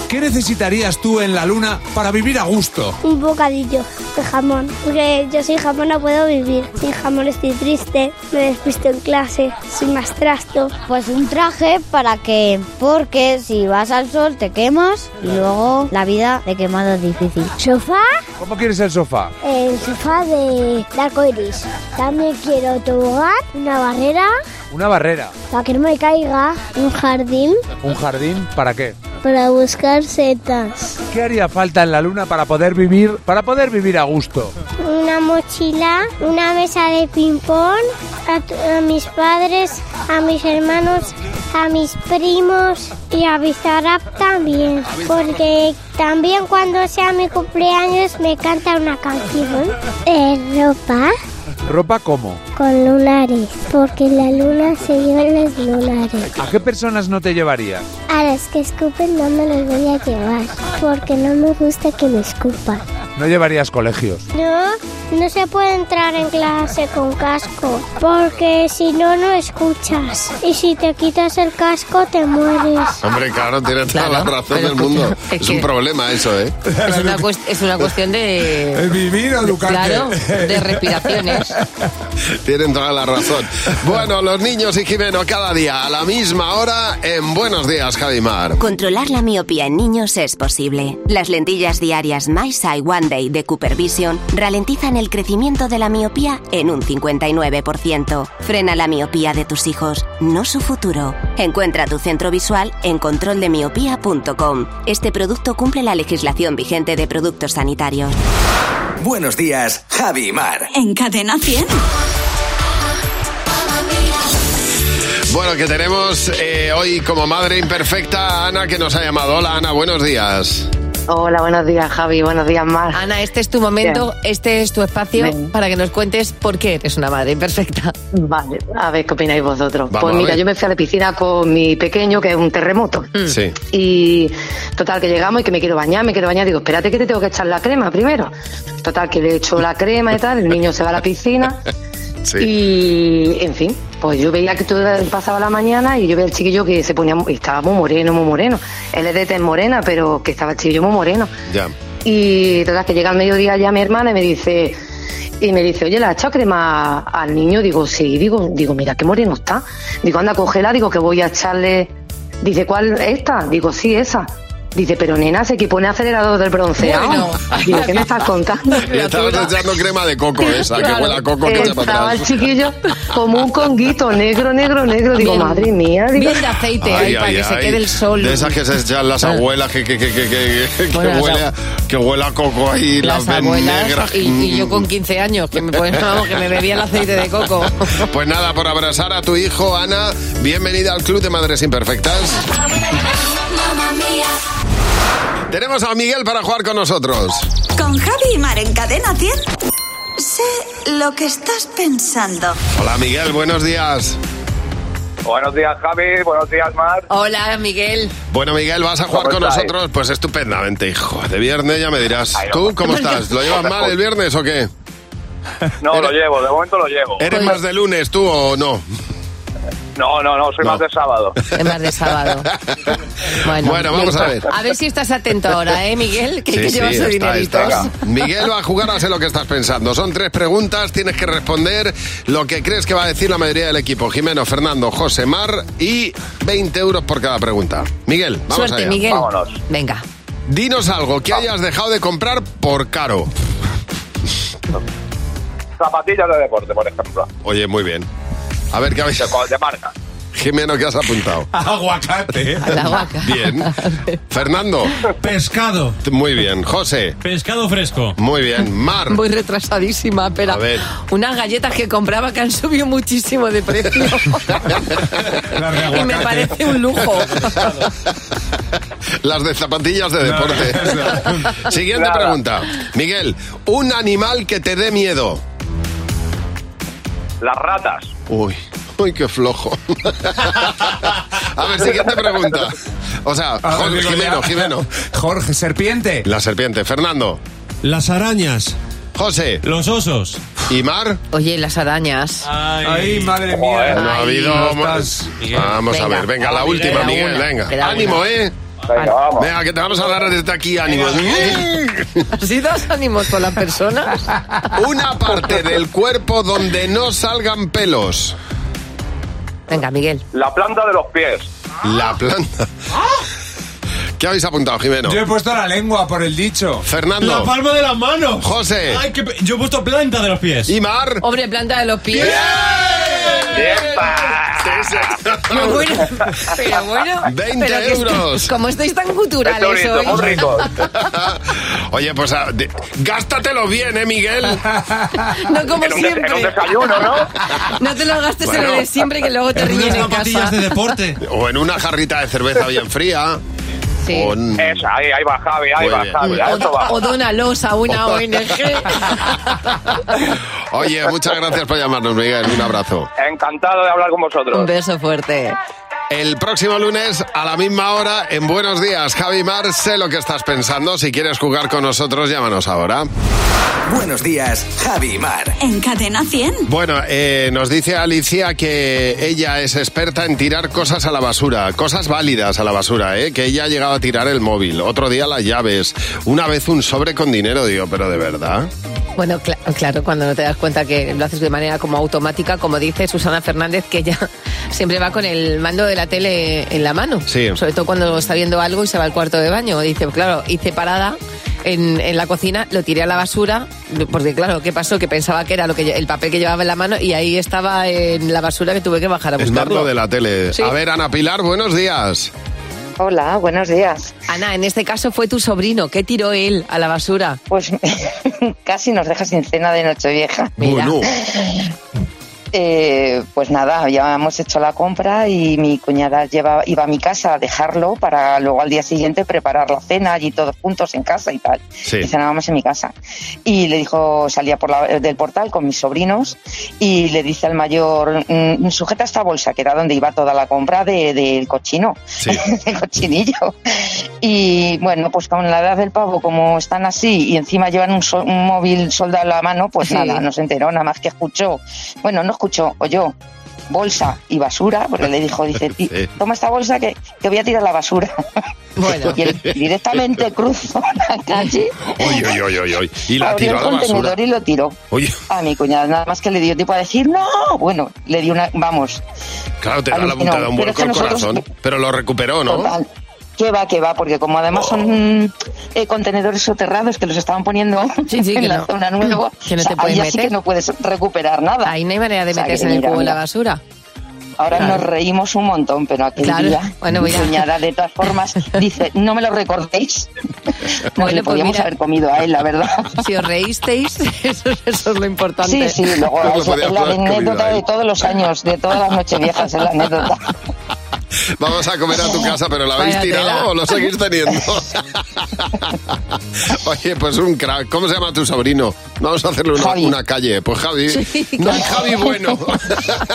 [SPEAKER 8] ¿qué necesitarías tú en la luna para vivir a gusto?
[SPEAKER 9] Un bocadillo de jamón. Porque yo sin jamón no puedo vivir. Sin jamón estoy triste, me despisto en clase, soy más trasto.
[SPEAKER 11] Pues un traje para que, porque si vas al sol te quemas y luego la vida de quemado es difícil.
[SPEAKER 9] ¿Sofá?
[SPEAKER 8] ¿Cómo quieres el sofá?
[SPEAKER 9] El sofá de arco iris. También quiero tobogán, una barrera
[SPEAKER 8] Una barrera,
[SPEAKER 9] para que no me caiga, un jardín
[SPEAKER 8] un jardín, ¿para qué?
[SPEAKER 9] para buscar setas,
[SPEAKER 8] ¿Qué haría falta en la luna para poder vivir, para poder vivir a gusto?
[SPEAKER 9] una mochila, una mesa de ping-pong, a, tu- a mis padres, a mis hermanos, a mis primos y a Bizarrap también, porque también cuando sea mi cumpleaños me canta una canción. ropa
[SPEAKER 8] ¿Ropa cómo?
[SPEAKER 9] con lunares, porque la luna se lleva los lunares.
[SPEAKER 8] ¿A qué personas no te llevaría?
[SPEAKER 9] A las que escupen no me los voy a llevar, porque no me gusta que me escupan.
[SPEAKER 8] No llevarías colegios.
[SPEAKER 9] No, no se puede entrar en clase con casco, porque si no, no escuchas. Y si te quitas el casco, te mueres.
[SPEAKER 2] Hombre, claro, tienes toda la razón
[SPEAKER 3] pero
[SPEAKER 2] del mundo.
[SPEAKER 3] escucha,
[SPEAKER 2] Es,
[SPEAKER 3] es
[SPEAKER 2] un
[SPEAKER 3] que-
[SPEAKER 2] problema eso, ¿eh?
[SPEAKER 3] Es una, cuest- es una cuestión de...
[SPEAKER 8] Vivir o educarte.
[SPEAKER 3] Claro, de respiraciones.
[SPEAKER 2] Tienen toda la razón. Bueno, los niños y Jimeno cada día a la misma hora en Buenos Días, Javimar.
[SPEAKER 13] Controlar la miopía en niños es posible. Las lentillas diarias My Sight One Day de Cooper Vision ralentizan el crecimiento de la miopía en un 59%. Frena la miopía de tus hijos, no su futuro. Encuentra tu centro visual en controldemiopía.com. Este producto cumple la legislación vigente de productos sanitarios.
[SPEAKER 5] Buenos días, Javi Mar.
[SPEAKER 1] En cadena 100.
[SPEAKER 2] Bueno, Bueno, que tenemos eh, hoy como madre imperfecta a Ana que nos ha llamado. Hola Ana, buenos días.
[SPEAKER 12] Hola, buenos días, Javi. Buenos días, Mar.
[SPEAKER 3] Ana, este es tu momento, este es tu espacio para que nos cuentes por qué eres una madre imperfecta.
[SPEAKER 12] Vale, a ver qué opináis vosotros.
[SPEAKER 3] Vamos
[SPEAKER 12] pues
[SPEAKER 3] a
[SPEAKER 12] mira,
[SPEAKER 3] ver.
[SPEAKER 12] yo me fui a la piscina con mi pequeño, que es un terremoto.
[SPEAKER 3] Mm.
[SPEAKER 2] Sí.
[SPEAKER 12] Y total, que llegamos y que me quiero bañar, me quiero bañar. Digo, espérate que te tengo que echar la crema primero. Total, que le echo la crema y tal, el niño se va a
[SPEAKER 3] (laughs)
[SPEAKER 12] la piscina. Y, en fin, pues yo veía que todo pasaba la mañana y yo veía al chiquillo que se ponía, estaba muy moreno, muy moreno. Él es de tez morena, pero que estaba el chiquillo muy moreno.
[SPEAKER 2] Ya.
[SPEAKER 12] Y total, que llega al mediodía ya mi hermana y me dice, y me dice, oye, ¿la has echado crema al niño? Digo, sí, digo, digo, mira, qué moreno está. Digo, anda, cógela, digo que voy a echarle. Dice, ¿cuál esta? Digo, sí, esa. Dice, pero nena, se que pone acelerador del bronceado.
[SPEAKER 2] Bueno.
[SPEAKER 12] Digo, ¿qué me
[SPEAKER 3] (laughs)
[SPEAKER 12] estás contando?
[SPEAKER 2] Y estabas echando crema de coco esa, que huele a coco que echa para
[SPEAKER 12] Estaba el
[SPEAKER 2] atrás.
[SPEAKER 12] chiquillo como un conguito, negro, negro, negro. Digo,
[SPEAKER 3] Bien.
[SPEAKER 12] madre mía. Digo,
[SPEAKER 3] Bien de aceite
[SPEAKER 2] Ay,
[SPEAKER 3] ahí para
[SPEAKER 2] ay,
[SPEAKER 3] que se
[SPEAKER 2] ay.
[SPEAKER 3] quede el sol. Ah.
[SPEAKER 2] De esas que se echan las abuelas que, que, que, que, que, que
[SPEAKER 3] Bueno,
[SPEAKER 2] huele,
[SPEAKER 3] las
[SPEAKER 2] a, que huele a coco ahí,
[SPEAKER 3] las
[SPEAKER 2] las, ven
[SPEAKER 3] abuelas
[SPEAKER 2] negras.
[SPEAKER 3] y, y yo con 15 años que me, ponía- vamos, que me bebía el aceite de coco.
[SPEAKER 2] (laughs) Pues nada, por abrazar a tu hijo, Ana, bienvenida al Club de Madres Imperfectas. Tenemos a Miguel para jugar con nosotros.
[SPEAKER 1] Con Javi y Mar en Cadena 100. Sé lo que estás pensando.
[SPEAKER 2] Hola, Miguel, buenos días.
[SPEAKER 14] Buenos días, Javi. Buenos días, Mar.
[SPEAKER 3] Hola, Miguel.
[SPEAKER 2] Bueno, Miguel, vas a jugar
[SPEAKER 14] ¿Cómo
[SPEAKER 2] con
[SPEAKER 14] estáis?
[SPEAKER 2] nosotros, pues estupendamente, hijo. De viernes ya me dirás. ¿Tú cómo estás? ¿Lo llevas mal el viernes o qué?
[SPEAKER 14] No, lo llevo. De momento lo llevo.
[SPEAKER 2] ¿Eres más de lunes tú o no?
[SPEAKER 14] No, no, no. Soy más de sábado.
[SPEAKER 3] Es más de sábado. Bueno,
[SPEAKER 2] (laughs) Bueno, vamos a ver.
[SPEAKER 3] A ver si estás atento ahora, ¿eh, Miguel? Que,
[SPEAKER 2] Sí,
[SPEAKER 3] que
[SPEAKER 2] sí,
[SPEAKER 3] llevas
[SPEAKER 2] está,
[SPEAKER 3] tu dinerito.
[SPEAKER 2] está. Miguel va a jugar a sé lo que estás pensando. Son tres preguntas, tienes que responder lo que crees que va a decir la mayoría del equipo. Jimeno, Fernando, José Mar y 20 euros por cada pregunta. Miguel,
[SPEAKER 3] (laughs)
[SPEAKER 2] vamos
[SPEAKER 3] Suerte,
[SPEAKER 2] allá.
[SPEAKER 3] Miguel. Venga.
[SPEAKER 2] Dinos algo
[SPEAKER 14] Ah.
[SPEAKER 2] que hayas dejado de comprar por caro.
[SPEAKER 14] Zapatillas de deporte, por ejemplo.
[SPEAKER 2] Oye, muy bien. A ver qué habéis... De,
[SPEAKER 14] marca.
[SPEAKER 2] Jimeno, ¿qué has apuntado?
[SPEAKER 14] Aguacate.
[SPEAKER 3] aguacate.
[SPEAKER 2] Bien. Fernando. Pescado. Muy bien. José.
[SPEAKER 10] Pescado fresco.
[SPEAKER 2] Muy bien. Mar.
[SPEAKER 3] Voy retrasadísima, pero
[SPEAKER 2] A ver.
[SPEAKER 3] unas galletas que compraba que han subido muchísimo de precio. y me parece un lujo.
[SPEAKER 2] (laughs) Las de zapatillas
[SPEAKER 8] (laughs)
[SPEAKER 2] de deporte. Siguiente
[SPEAKER 14] Nada.
[SPEAKER 2] pregunta. Miguel, un animal que te dé miedo.
[SPEAKER 14] Las ratas.
[SPEAKER 2] Uy, uy, qué flojo. (laughs) A ver, siguiente pregunta. O sea,
[SPEAKER 8] A ver,
[SPEAKER 2] Jorge,
[SPEAKER 8] digo ya.
[SPEAKER 2] Jimeno, Jimeno.
[SPEAKER 8] Jorge, serpiente.
[SPEAKER 2] La serpiente. Fernando. Las arañas. José.
[SPEAKER 10] Los osos.
[SPEAKER 2] ¿Y (laughs) Mar?
[SPEAKER 3] Oye, las arañas.
[SPEAKER 10] Ay,
[SPEAKER 8] madre
[SPEAKER 2] Joder, no ha
[SPEAKER 3] Ay,
[SPEAKER 2] habido
[SPEAKER 3] no
[SPEAKER 2] más. Vamos a
[SPEAKER 3] Venga.
[SPEAKER 2] ver, venga, la
[SPEAKER 3] Queda
[SPEAKER 2] última,
[SPEAKER 3] una,
[SPEAKER 2] Miguel, venga.
[SPEAKER 3] queda una.
[SPEAKER 2] Ánimo, ¿eh?
[SPEAKER 14] Venga, vamos.
[SPEAKER 2] Venga, que te vamos a dar desde aquí ánimo.
[SPEAKER 3] (laughs)
[SPEAKER 2] (laughs)
[SPEAKER 3] ¿Sí das ánimos con las personas?
[SPEAKER 2] Una parte del cuerpo donde no salgan pelos.
[SPEAKER 3] Venga, Miguel.
[SPEAKER 14] La planta de los pies.
[SPEAKER 2] La
[SPEAKER 3] (laughs)
[SPEAKER 2] planta. ¿Qué habéis apuntado, Jimeno?
[SPEAKER 8] Yo he puesto la lengua por el dicho.
[SPEAKER 2] Fernando.
[SPEAKER 8] La palma de las manos.
[SPEAKER 2] José.
[SPEAKER 8] Ay, qué pe-
[SPEAKER 10] Yo he puesto planta de los pies.
[SPEAKER 2] Y Mar.
[SPEAKER 3] Hombre, planta de los pies. Pero bueno,
[SPEAKER 14] (laughs)
[SPEAKER 3] pero
[SPEAKER 2] (laughs)
[SPEAKER 3] bueno.
[SPEAKER 2] 20
[SPEAKER 3] pero que es-
[SPEAKER 2] euros.
[SPEAKER 3] como estáis tan culturales hoy. (laughs)
[SPEAKER 2] Oye, pues a- de- gástatelo bien, ¿eh, Miguel?
[SPEAKER 3] (laughs) No como siempre. (laughs) No te lo gastes en
[SPEAKER 2] Bueno.
[SPEAKER 3] lo de siempre que luego te ríen en casa.
[SPEAKER 2] O en una jarrita de cerveza bien fría.
[SPEAKER 3] Sí.
[SPEAKER 2] O en-
[SPEAKER 14] Esa, ahí, ahí va Javi, ahí
[SPEAKER 2] Muy
[SPEAKER 14] va
[SPEAKER 2] bien.
[SPEAKER 14] Javi. A eso va.
[SPEAKER 3] O dónalos
[SPEAKER 14] (laughs)
[SPEAKER 3] a una ONG.
[SPEAKER 2] Oye, muchas gracias por llamarnos, Miguel. Un abrazo.
[SPEAKER 14] Encantado de hablar con vosotros.
[SPEAKER 3] Un beso fuerte.
[SPEAKER 2] El próximo lunes a la misma hora en Buenos Días, Javi Mar, sé lo que estás pensando. Si quieres jugar con nosotros, llámanos ahora.
[SPEAKER 5] Buenos días, Javi y Mar.
[SPEAKER 1] En Cadena 100.
[SPEAKER 2] Bueno, eh, nos dice Alicia que ella es experta en tirar cosas a la basura, cosas válidas a la basura, ¿eh? que ella ha llegado a tirar el móvil, otro día las llaves, una vez un sobre con dinero, digo, pero de verdad.
[SPEAKER 3] Bueno, cla- claro, cuando no te das cuenta que lo haces de manera como automática, como dice Susana Fernández, que ella (laughs) siempre va con el mando de la tele en la mano.
[SPEAKER 2] Sí.
[SPEAKER 3] Sobre todo cuando está viendo algo y se va al cuarto de baño. Dice, claro, hice parada en, en la cocina, lo tiré a la basura, porque claro, ¿qué pasó? Que pensaba que era lo que yo- el papel que llevaba en la mano y ahí estaba en la basura que tuve que bajar a
[SPEAKER 2] Es más
[SPEAKER 3] buscarlo.
[SPEAKER 2] lo de la tele.
[SPEAKER 3] Sí.
[SPEAKER 2] A ver, Ana Pilar, buenos días.
[SPEAKER 15] Hola, buenos días.
[SPEAKER 3] Ana, en este caso fue tu sobrino. ¿Qué tiró él a la basura?
[SPEAKER 15] (laughs) Pues casi nos deja sin cena de Nochevieja.
[SPEAKER 3] Mira.
[SPEAKER 15] Bueno. eh, pues nada, habíamos hecho la compra y mi cuñada lleva, iba a mi casa a dejarlo para luego al día siguiente preparar la cena allí todos juntos en casa y tal.
[SPEAKER 4] Sí.
[SPEAKER 15] Y cenábamos en mi casa. Y le dijo, salía por la- del portal con mis sobrinos y le dice al mayor, "Mm, sujeta esta bolsa, que era donde iba toda la compra de- del cochino, (laughs) del cochinillo. Y bueno, pues con la edad del pavo, como están así y encima llevan un, sol- un móvil soldado a la mano, pues
[SPEAKER 16] Sí.
[SPEAKER 15] nada, no se enteró, nada más que escuchó. Bueno, no escuchó, oyó bolsa y basura, porque le dijo, dice, "Ti- toma esta bolsa que, que voy a tirar la basura. (laughs) Y él directamente cruzó la calle,
[SPEAKER 2] Oy, oy, oy, oy, oy. Y la
[SPEAKER 15] abrió
[SPEAKER 2] tiró a
[SPEAKER 15] el
[SPEAKER 2] la basura.
[SPEAKER 15] contenedor y lo tiró.
[SPEAKER 2] Oye,
[SPEAKER 15] A mi cuñada, nada más que le dio tiempo a decir, no, bueno, le dio una, vamos,
[SPEAKER 2] claro, te da la
[SPEAKER 15] Alucinó.
[SPEAKER 2] puntada un
[SPEAKER 15] Pero
[SPEAKER 2] vuelco
[SPEAKER 15] es que
[SPEAKER 2] al
[SPEAKER 15] nosotros-
[SPEAKER 2] corazón. Pero lo recuperó, ¿no? Oh.
[SPEAKER 15] Total. Que va, que va, porque como además son eh, contenedores soterrados que los estaban poniendo (laughs) en
[SPEAKER 3] que
[SPEAKER 15] la
[SPEAKER 3] no.
[SPEAKER 15] zona nueva,
[SPEAKER 3] (laughs) Que no te puedes
[SPEAKER 15] ahí ya sí
[SPEAKER 3] meter.
[SPEAKER 15] que no puedes recuperar nada. Ahí
[SPEAKER 3] no hay
[SPEAKER 15] (laughs)
[SPEAKER 3] manera de meterse en el cubo de la basura.
[SPEAKER 15] Ahora nos reímos un montón, pero aquel
[SPEAKER 3] Claro.
[SPEAKER 15] día,
[SPEAKER 3] Bueno,
[SPEAKER 15] mi
[SPEAKER 3] mira.
[SPEAKER 15] cuñada, de todas formas, dice, no me lo
[SPEAKER 3] (laughs)
[SPEAKER 15] recordéis. No
[SPEAKER 3] Bueno,
[SPEAKER 15] le
[SPEAKER 3] pues
[SPEAKER 15] podíamos
[SPEAKER 3] mira.
[SPEAKER 15] haber comido a él, la verdad.
[SPEAKER 3] Si os reísteis, (laughs) eso, eso es lo importante.
[SPEAKER 15] Sí, sí, luego es, es la anécdota de todos los años, de todas las noches viejas, es la anécdota.
[SPEAKER 2] Vamos a comer a tu casa, pero ¿la habéis
[SPEAKER 15] Vaya
[SPEAKER 2] tirado
[SPEAKER 15] tela.
[SPEAKER 2] o lo seguís
[SPEAKER 3] (laughs)
[SPEAKER 2] teniendo? Oye, pues un crack. ¿Cómo se llama tu sobrino? Vamos a hacerle una, una calle. Pues Javi. (laughs) No hay Javi bueno.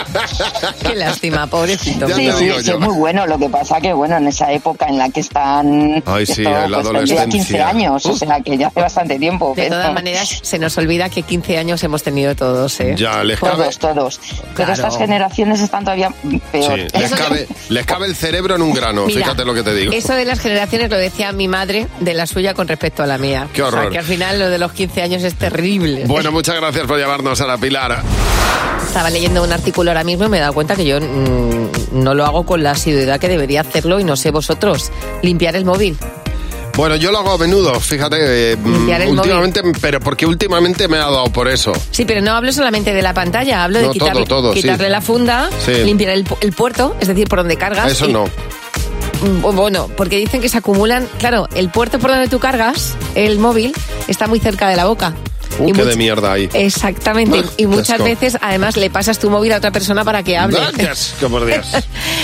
[SPEAKER 3] (laughs) Qué lástima, pobrecito.
[SPEAKER 2] (laughs) Ya
[SPEAKER 15] Sí,
[SPEAKER 2] te
[SPEAKER 15] sí,
[SPEAKER 2] digo
[SPEAKER 15] sí,
[SPEAKER 2] yo.
[SPEAKER 15] es muy bueno. Lo que pasa que, bueno, en esa época en la que están.
[SPEAKER 2] Ay, sí,
[SPEAKER 15] esto,
[SPEAKER 2] la
[SPEAKER 15] pues,
[SPEAKER 2] adolescencia.
[SPEAKER 15] 15 años, o sea, que ya hace bastante tiempo.
[SPEAKER 3] De
[SPEAKER 15] pero-
[SPEAKER 3] todas maneras, se nos olvida que 15 años hemos tenido todos, ¿eh?
[SPEAKER 2] Ya, les cabe-
[SPEAKER 15] Todos, todos. Pero
[SPEAKER 3] Claro.
[SPEAKER 15] estas generaciones están todavía peor.
[SPEAKER 2] Sí, les, cabe, les cabe el cerebro en un grano,
[SPEAKER 3] Mira,
[SPEAKER 2] fíjate lo que te digo.
[SPEAKER 3] Eso de las generaciones lo decía mi madre de la suya con respecto a la mía.
[SPEAKER 2] Qué horror.
[SPEAKER 3] O sea, que al final lo de los 15 años es terrible.
[SPEAKER 2] Bueno, muchas gracias por llamarnos a la Pilar.
[SPEAKER 3] Estaba leyendo un artículo ahora mismo y me he dado cuenta que yo mm, no lo hago con la asiduidad que debería hacerlo y no sé vosotros. Limpiar el móvil.
[SPEAKER 2] Bueno, yo lo hago a menudo, fíjate, eh,
[SPEAKER 3] Limpiar el
[SPEAKER 2] últimamente, pero porque últimamente me ha dado por eso.
[SPEAKER 3] Sí, pero no hablo solamente de la pantalla, hablo
[SPEAKER 2] No,
[SPEAKER 3] de quitarle,
[SPEAKER 2] todo, todo, sí.
[SPEAKER 3] quitarle la funda,
[SPEAKER 2] Sí.
[SPEAKER 3] limpiar el, pu- el puerto, es decir, por donde cargas.
[SPEAKER 2] Eso
[SPEAKER 3] y-
[SPEAKER 2] no.
[SPEAKER 3] Mm, Bueno, porque dicen que se acumulan. Claro, el puerto por donde tú cargas el móvil está muy cerca de la boca.
[SPEAKER 2] Uh,
[SPEAKER 3] Y
[SPEAKER 2] qué
[SPEAKER 3] much-
[SPEAKER 2] de mierda ahí.
[SPEAKER 3] Exactamente.
[SPEAKER 2] Ah,
[SPEAKER 3] y
[SPEAKER 2] qué
[SPEAKER 3] muchas
[SPEAKER 2] asco.
[SPEAKER 3] veces, además, le pasas tu móvil a otra persona para que hable.
[SPEAKER 2] Ah, qué asco, por
[SPEAKER 3] (laughs)
[SPEAKER 2] Dios.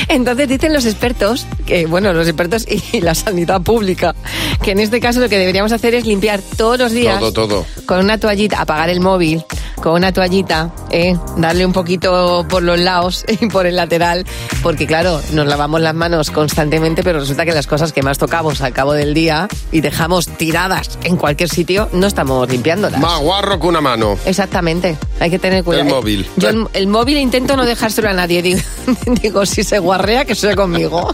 [SPEAKER 3] Entonces dicen los expertos, que bueno, los expertos y la sanidad pública, que en este caso lo que deberíamos hacer es limpiar todos los días
[SPEAKER 2] Todo, todo.
[SPEAKER 3] con una toallita, apagar el móvil, con una toallita, ¿eh? darle un poquito por los lados (laughs) y por el lateral, porque claro, nos lavamos las manos constantemente, pero resulta que las cosas que más tocamos al cabo del día y dejamos tiradas en cualquier sitio, no estamos limpiándolas.
[SPEAKER 2] Más guarro que una mano.
[SPEAKER 3] Exactamente, hay que tener cuidado.
[SPEAKER 2] El móvil.
[SPEAKER 3] Yo el, el móvil intento no dejárselo a nadie, digo, (laughs) digo, si se guarrea, que sea conmigo.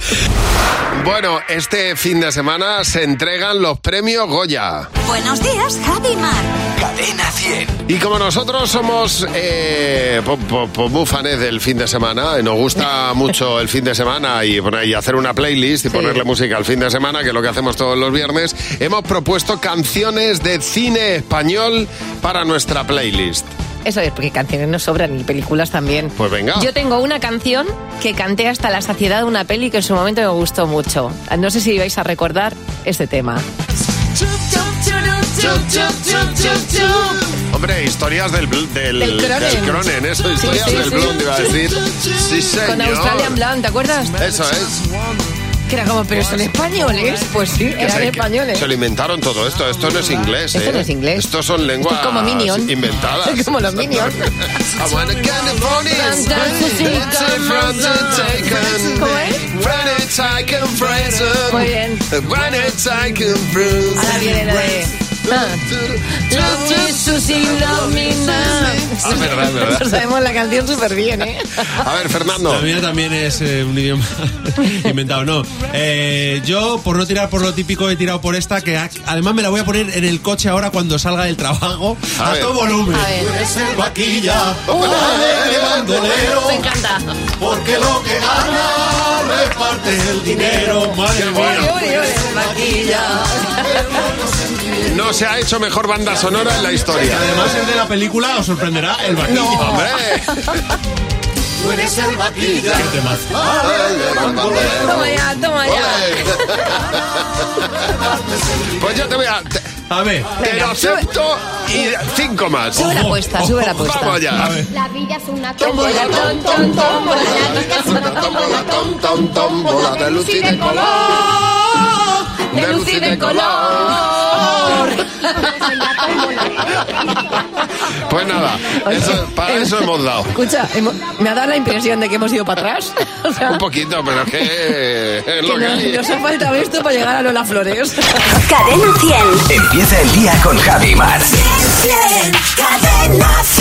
[SPEAKER 2] Bueno, este fin de semana se entregan los premios Goya.
[SPEAKER 1] Buenos días, Javi Mar.
[SPEAKER 5] Cadena 100.
[SPEAKER 2] Y como nosotros somos eh, po- po- po- muy fanes del fin de semana, eh,
[SPEAKER 3] (laughs)
[SPEAKER 2] nos gusta mucho el fin de semana y, poner- y hacer una playlist y ponerle música al fin de semana, que es lo que hacemos todos los viernes, hemos propuesto canciones de cine español para nuestra playlist.
[SPEAKER 3] Eso es, porque canciones no sobran y películas también.
[SPEAKER 2] Pues venga.
[SPEAKER 3] Yo tengo una canción que canté hasta la saciedad de una peli que en su momento me gustó mucho. No sé si vais a recordar este tema.
[SPEAKER 2] Hombre, historias del, bl- del,
[SPEAKER 3] Del Cronen.
[SPEAKER 2] del Cronen, eso,
[SPEAKER 3] Sí,
[SPEAKER 2] historias
[SPEAKER 3] sí,
[SPEAKER 2] del
[SPEAKER 3] sí.
[SPEAKER 2] Blonde, iba a decir. Sí, señor.
[SPEAKER 3] Con Australian Blonde, ¿te acuerdas?
[SPEAKER 2] Eso es.
[SPEAKER 3] Que era como, pero son españoles. Pues sí,
[SPEAKER 2] Que
[SPEAKER 3] eran
[SPEAKER 2] se-
[SPEAKER 3] españoles.
[SPEAKER 2] Se lo inventaron todo esto. Esto no es inglés.
[SPEAKER 3] Esto
[SPEAKER 2] ¿eh?
[SPEAKER 3] no es inglés.
[SPEAKER 2] Estos son lenguas
[SPEAKER 3] Esto es como Minion. (laughs)
[SPEAKER 2] inventadas.
[SPEAKER 3] Es como los Minions.
[SPEAKER 2] I wanna California.
[SPEAKER 3] ¿Cómo es? Muy bien. Ahora viene la de...
[SPEAKER 2] Ah, verdad, es verdad.
[SPEAKER 3] (laughs) Sabemos la canción súper bien, (laughs) ¿eh?
[SPEAKER 2] A ver, Fernando.
[SPEAKER 10] La mía también es eh, un idioma (laughs) inventado, no. Eh, yo, por no tirar por lo típico, he tirado por esta, que a- además me la voy a poner en el coche ahora cuando salga del trabajo. A,
[SPEAKER 17] ver.
[SPEAKER 10] todo volumen.
[SPEAKER 17] A ver.
[SPEAKER 10] Tú eres el vaquilla,
[SPEAKER 17] Uh.
[SPEAKER 10] un alegre bandolero.
[SPEAKER 17] Me
[SPEAKER 3] encanta.
[SPEAKER 10] Porque lo que gana reparte el dinero. Madre mía.
[SPEAKER 2] No se ha hecho mejor banda sonora en la historia.
[SPEAKER 10] Además, el de la película os sorprenderá el vaquilla.
[SPEAKER 2] Hombre.
[SPEAKER 10] Tú eres el vaquilla. Qué temazo.
[SPEAKER 3] Toma ya, toma ya.
[SPEAKER 2] Pues yo te voy a. te- A ver, te
[SPEAKER 3] Venga,
[SPEAKER 2] lo
[SPEAKER 3] sube-
[SPEAKER 2] acepto y cinco más.
[SPEAKER 3] Sube la apuesta, sube la apuesta.
[SPEAKER 2] Vamos ya.
[SPEAKER 9] La vida es una
[SPEAKER 2] Tómbola, tom, tom, tómbola. La vida es una tómbola, tom, tom, tómbola.
[SPEAKER 3] (laughs)
[SPEAKER 2] De luz y de color. De luz y de color. Pues nada, eso- para eso
[SPEAKER 3] (laughs)
[SPEAKER 2] hemos dado.
[SPEAKER 3] Escucha, hemo- me ha dado la impresión de que hemos ido para atrás. (laughs) O sea,
[SPEAKER 2] Un poquito, pero es que es lo
[SPEAKER 3] que
[SPEAKER 2] que
[SPEAKER 3] nos,
[SPEAKER 2] hay.
[SPEAKER 3] nos ha faltado esto para llegar a Lola (laughs) Flores.
[SPEAKER 1] Cadena 100.
[SPEAKER 5] Empieza el día con Javi Mar.
[SPEAKER 1] Cadena 100.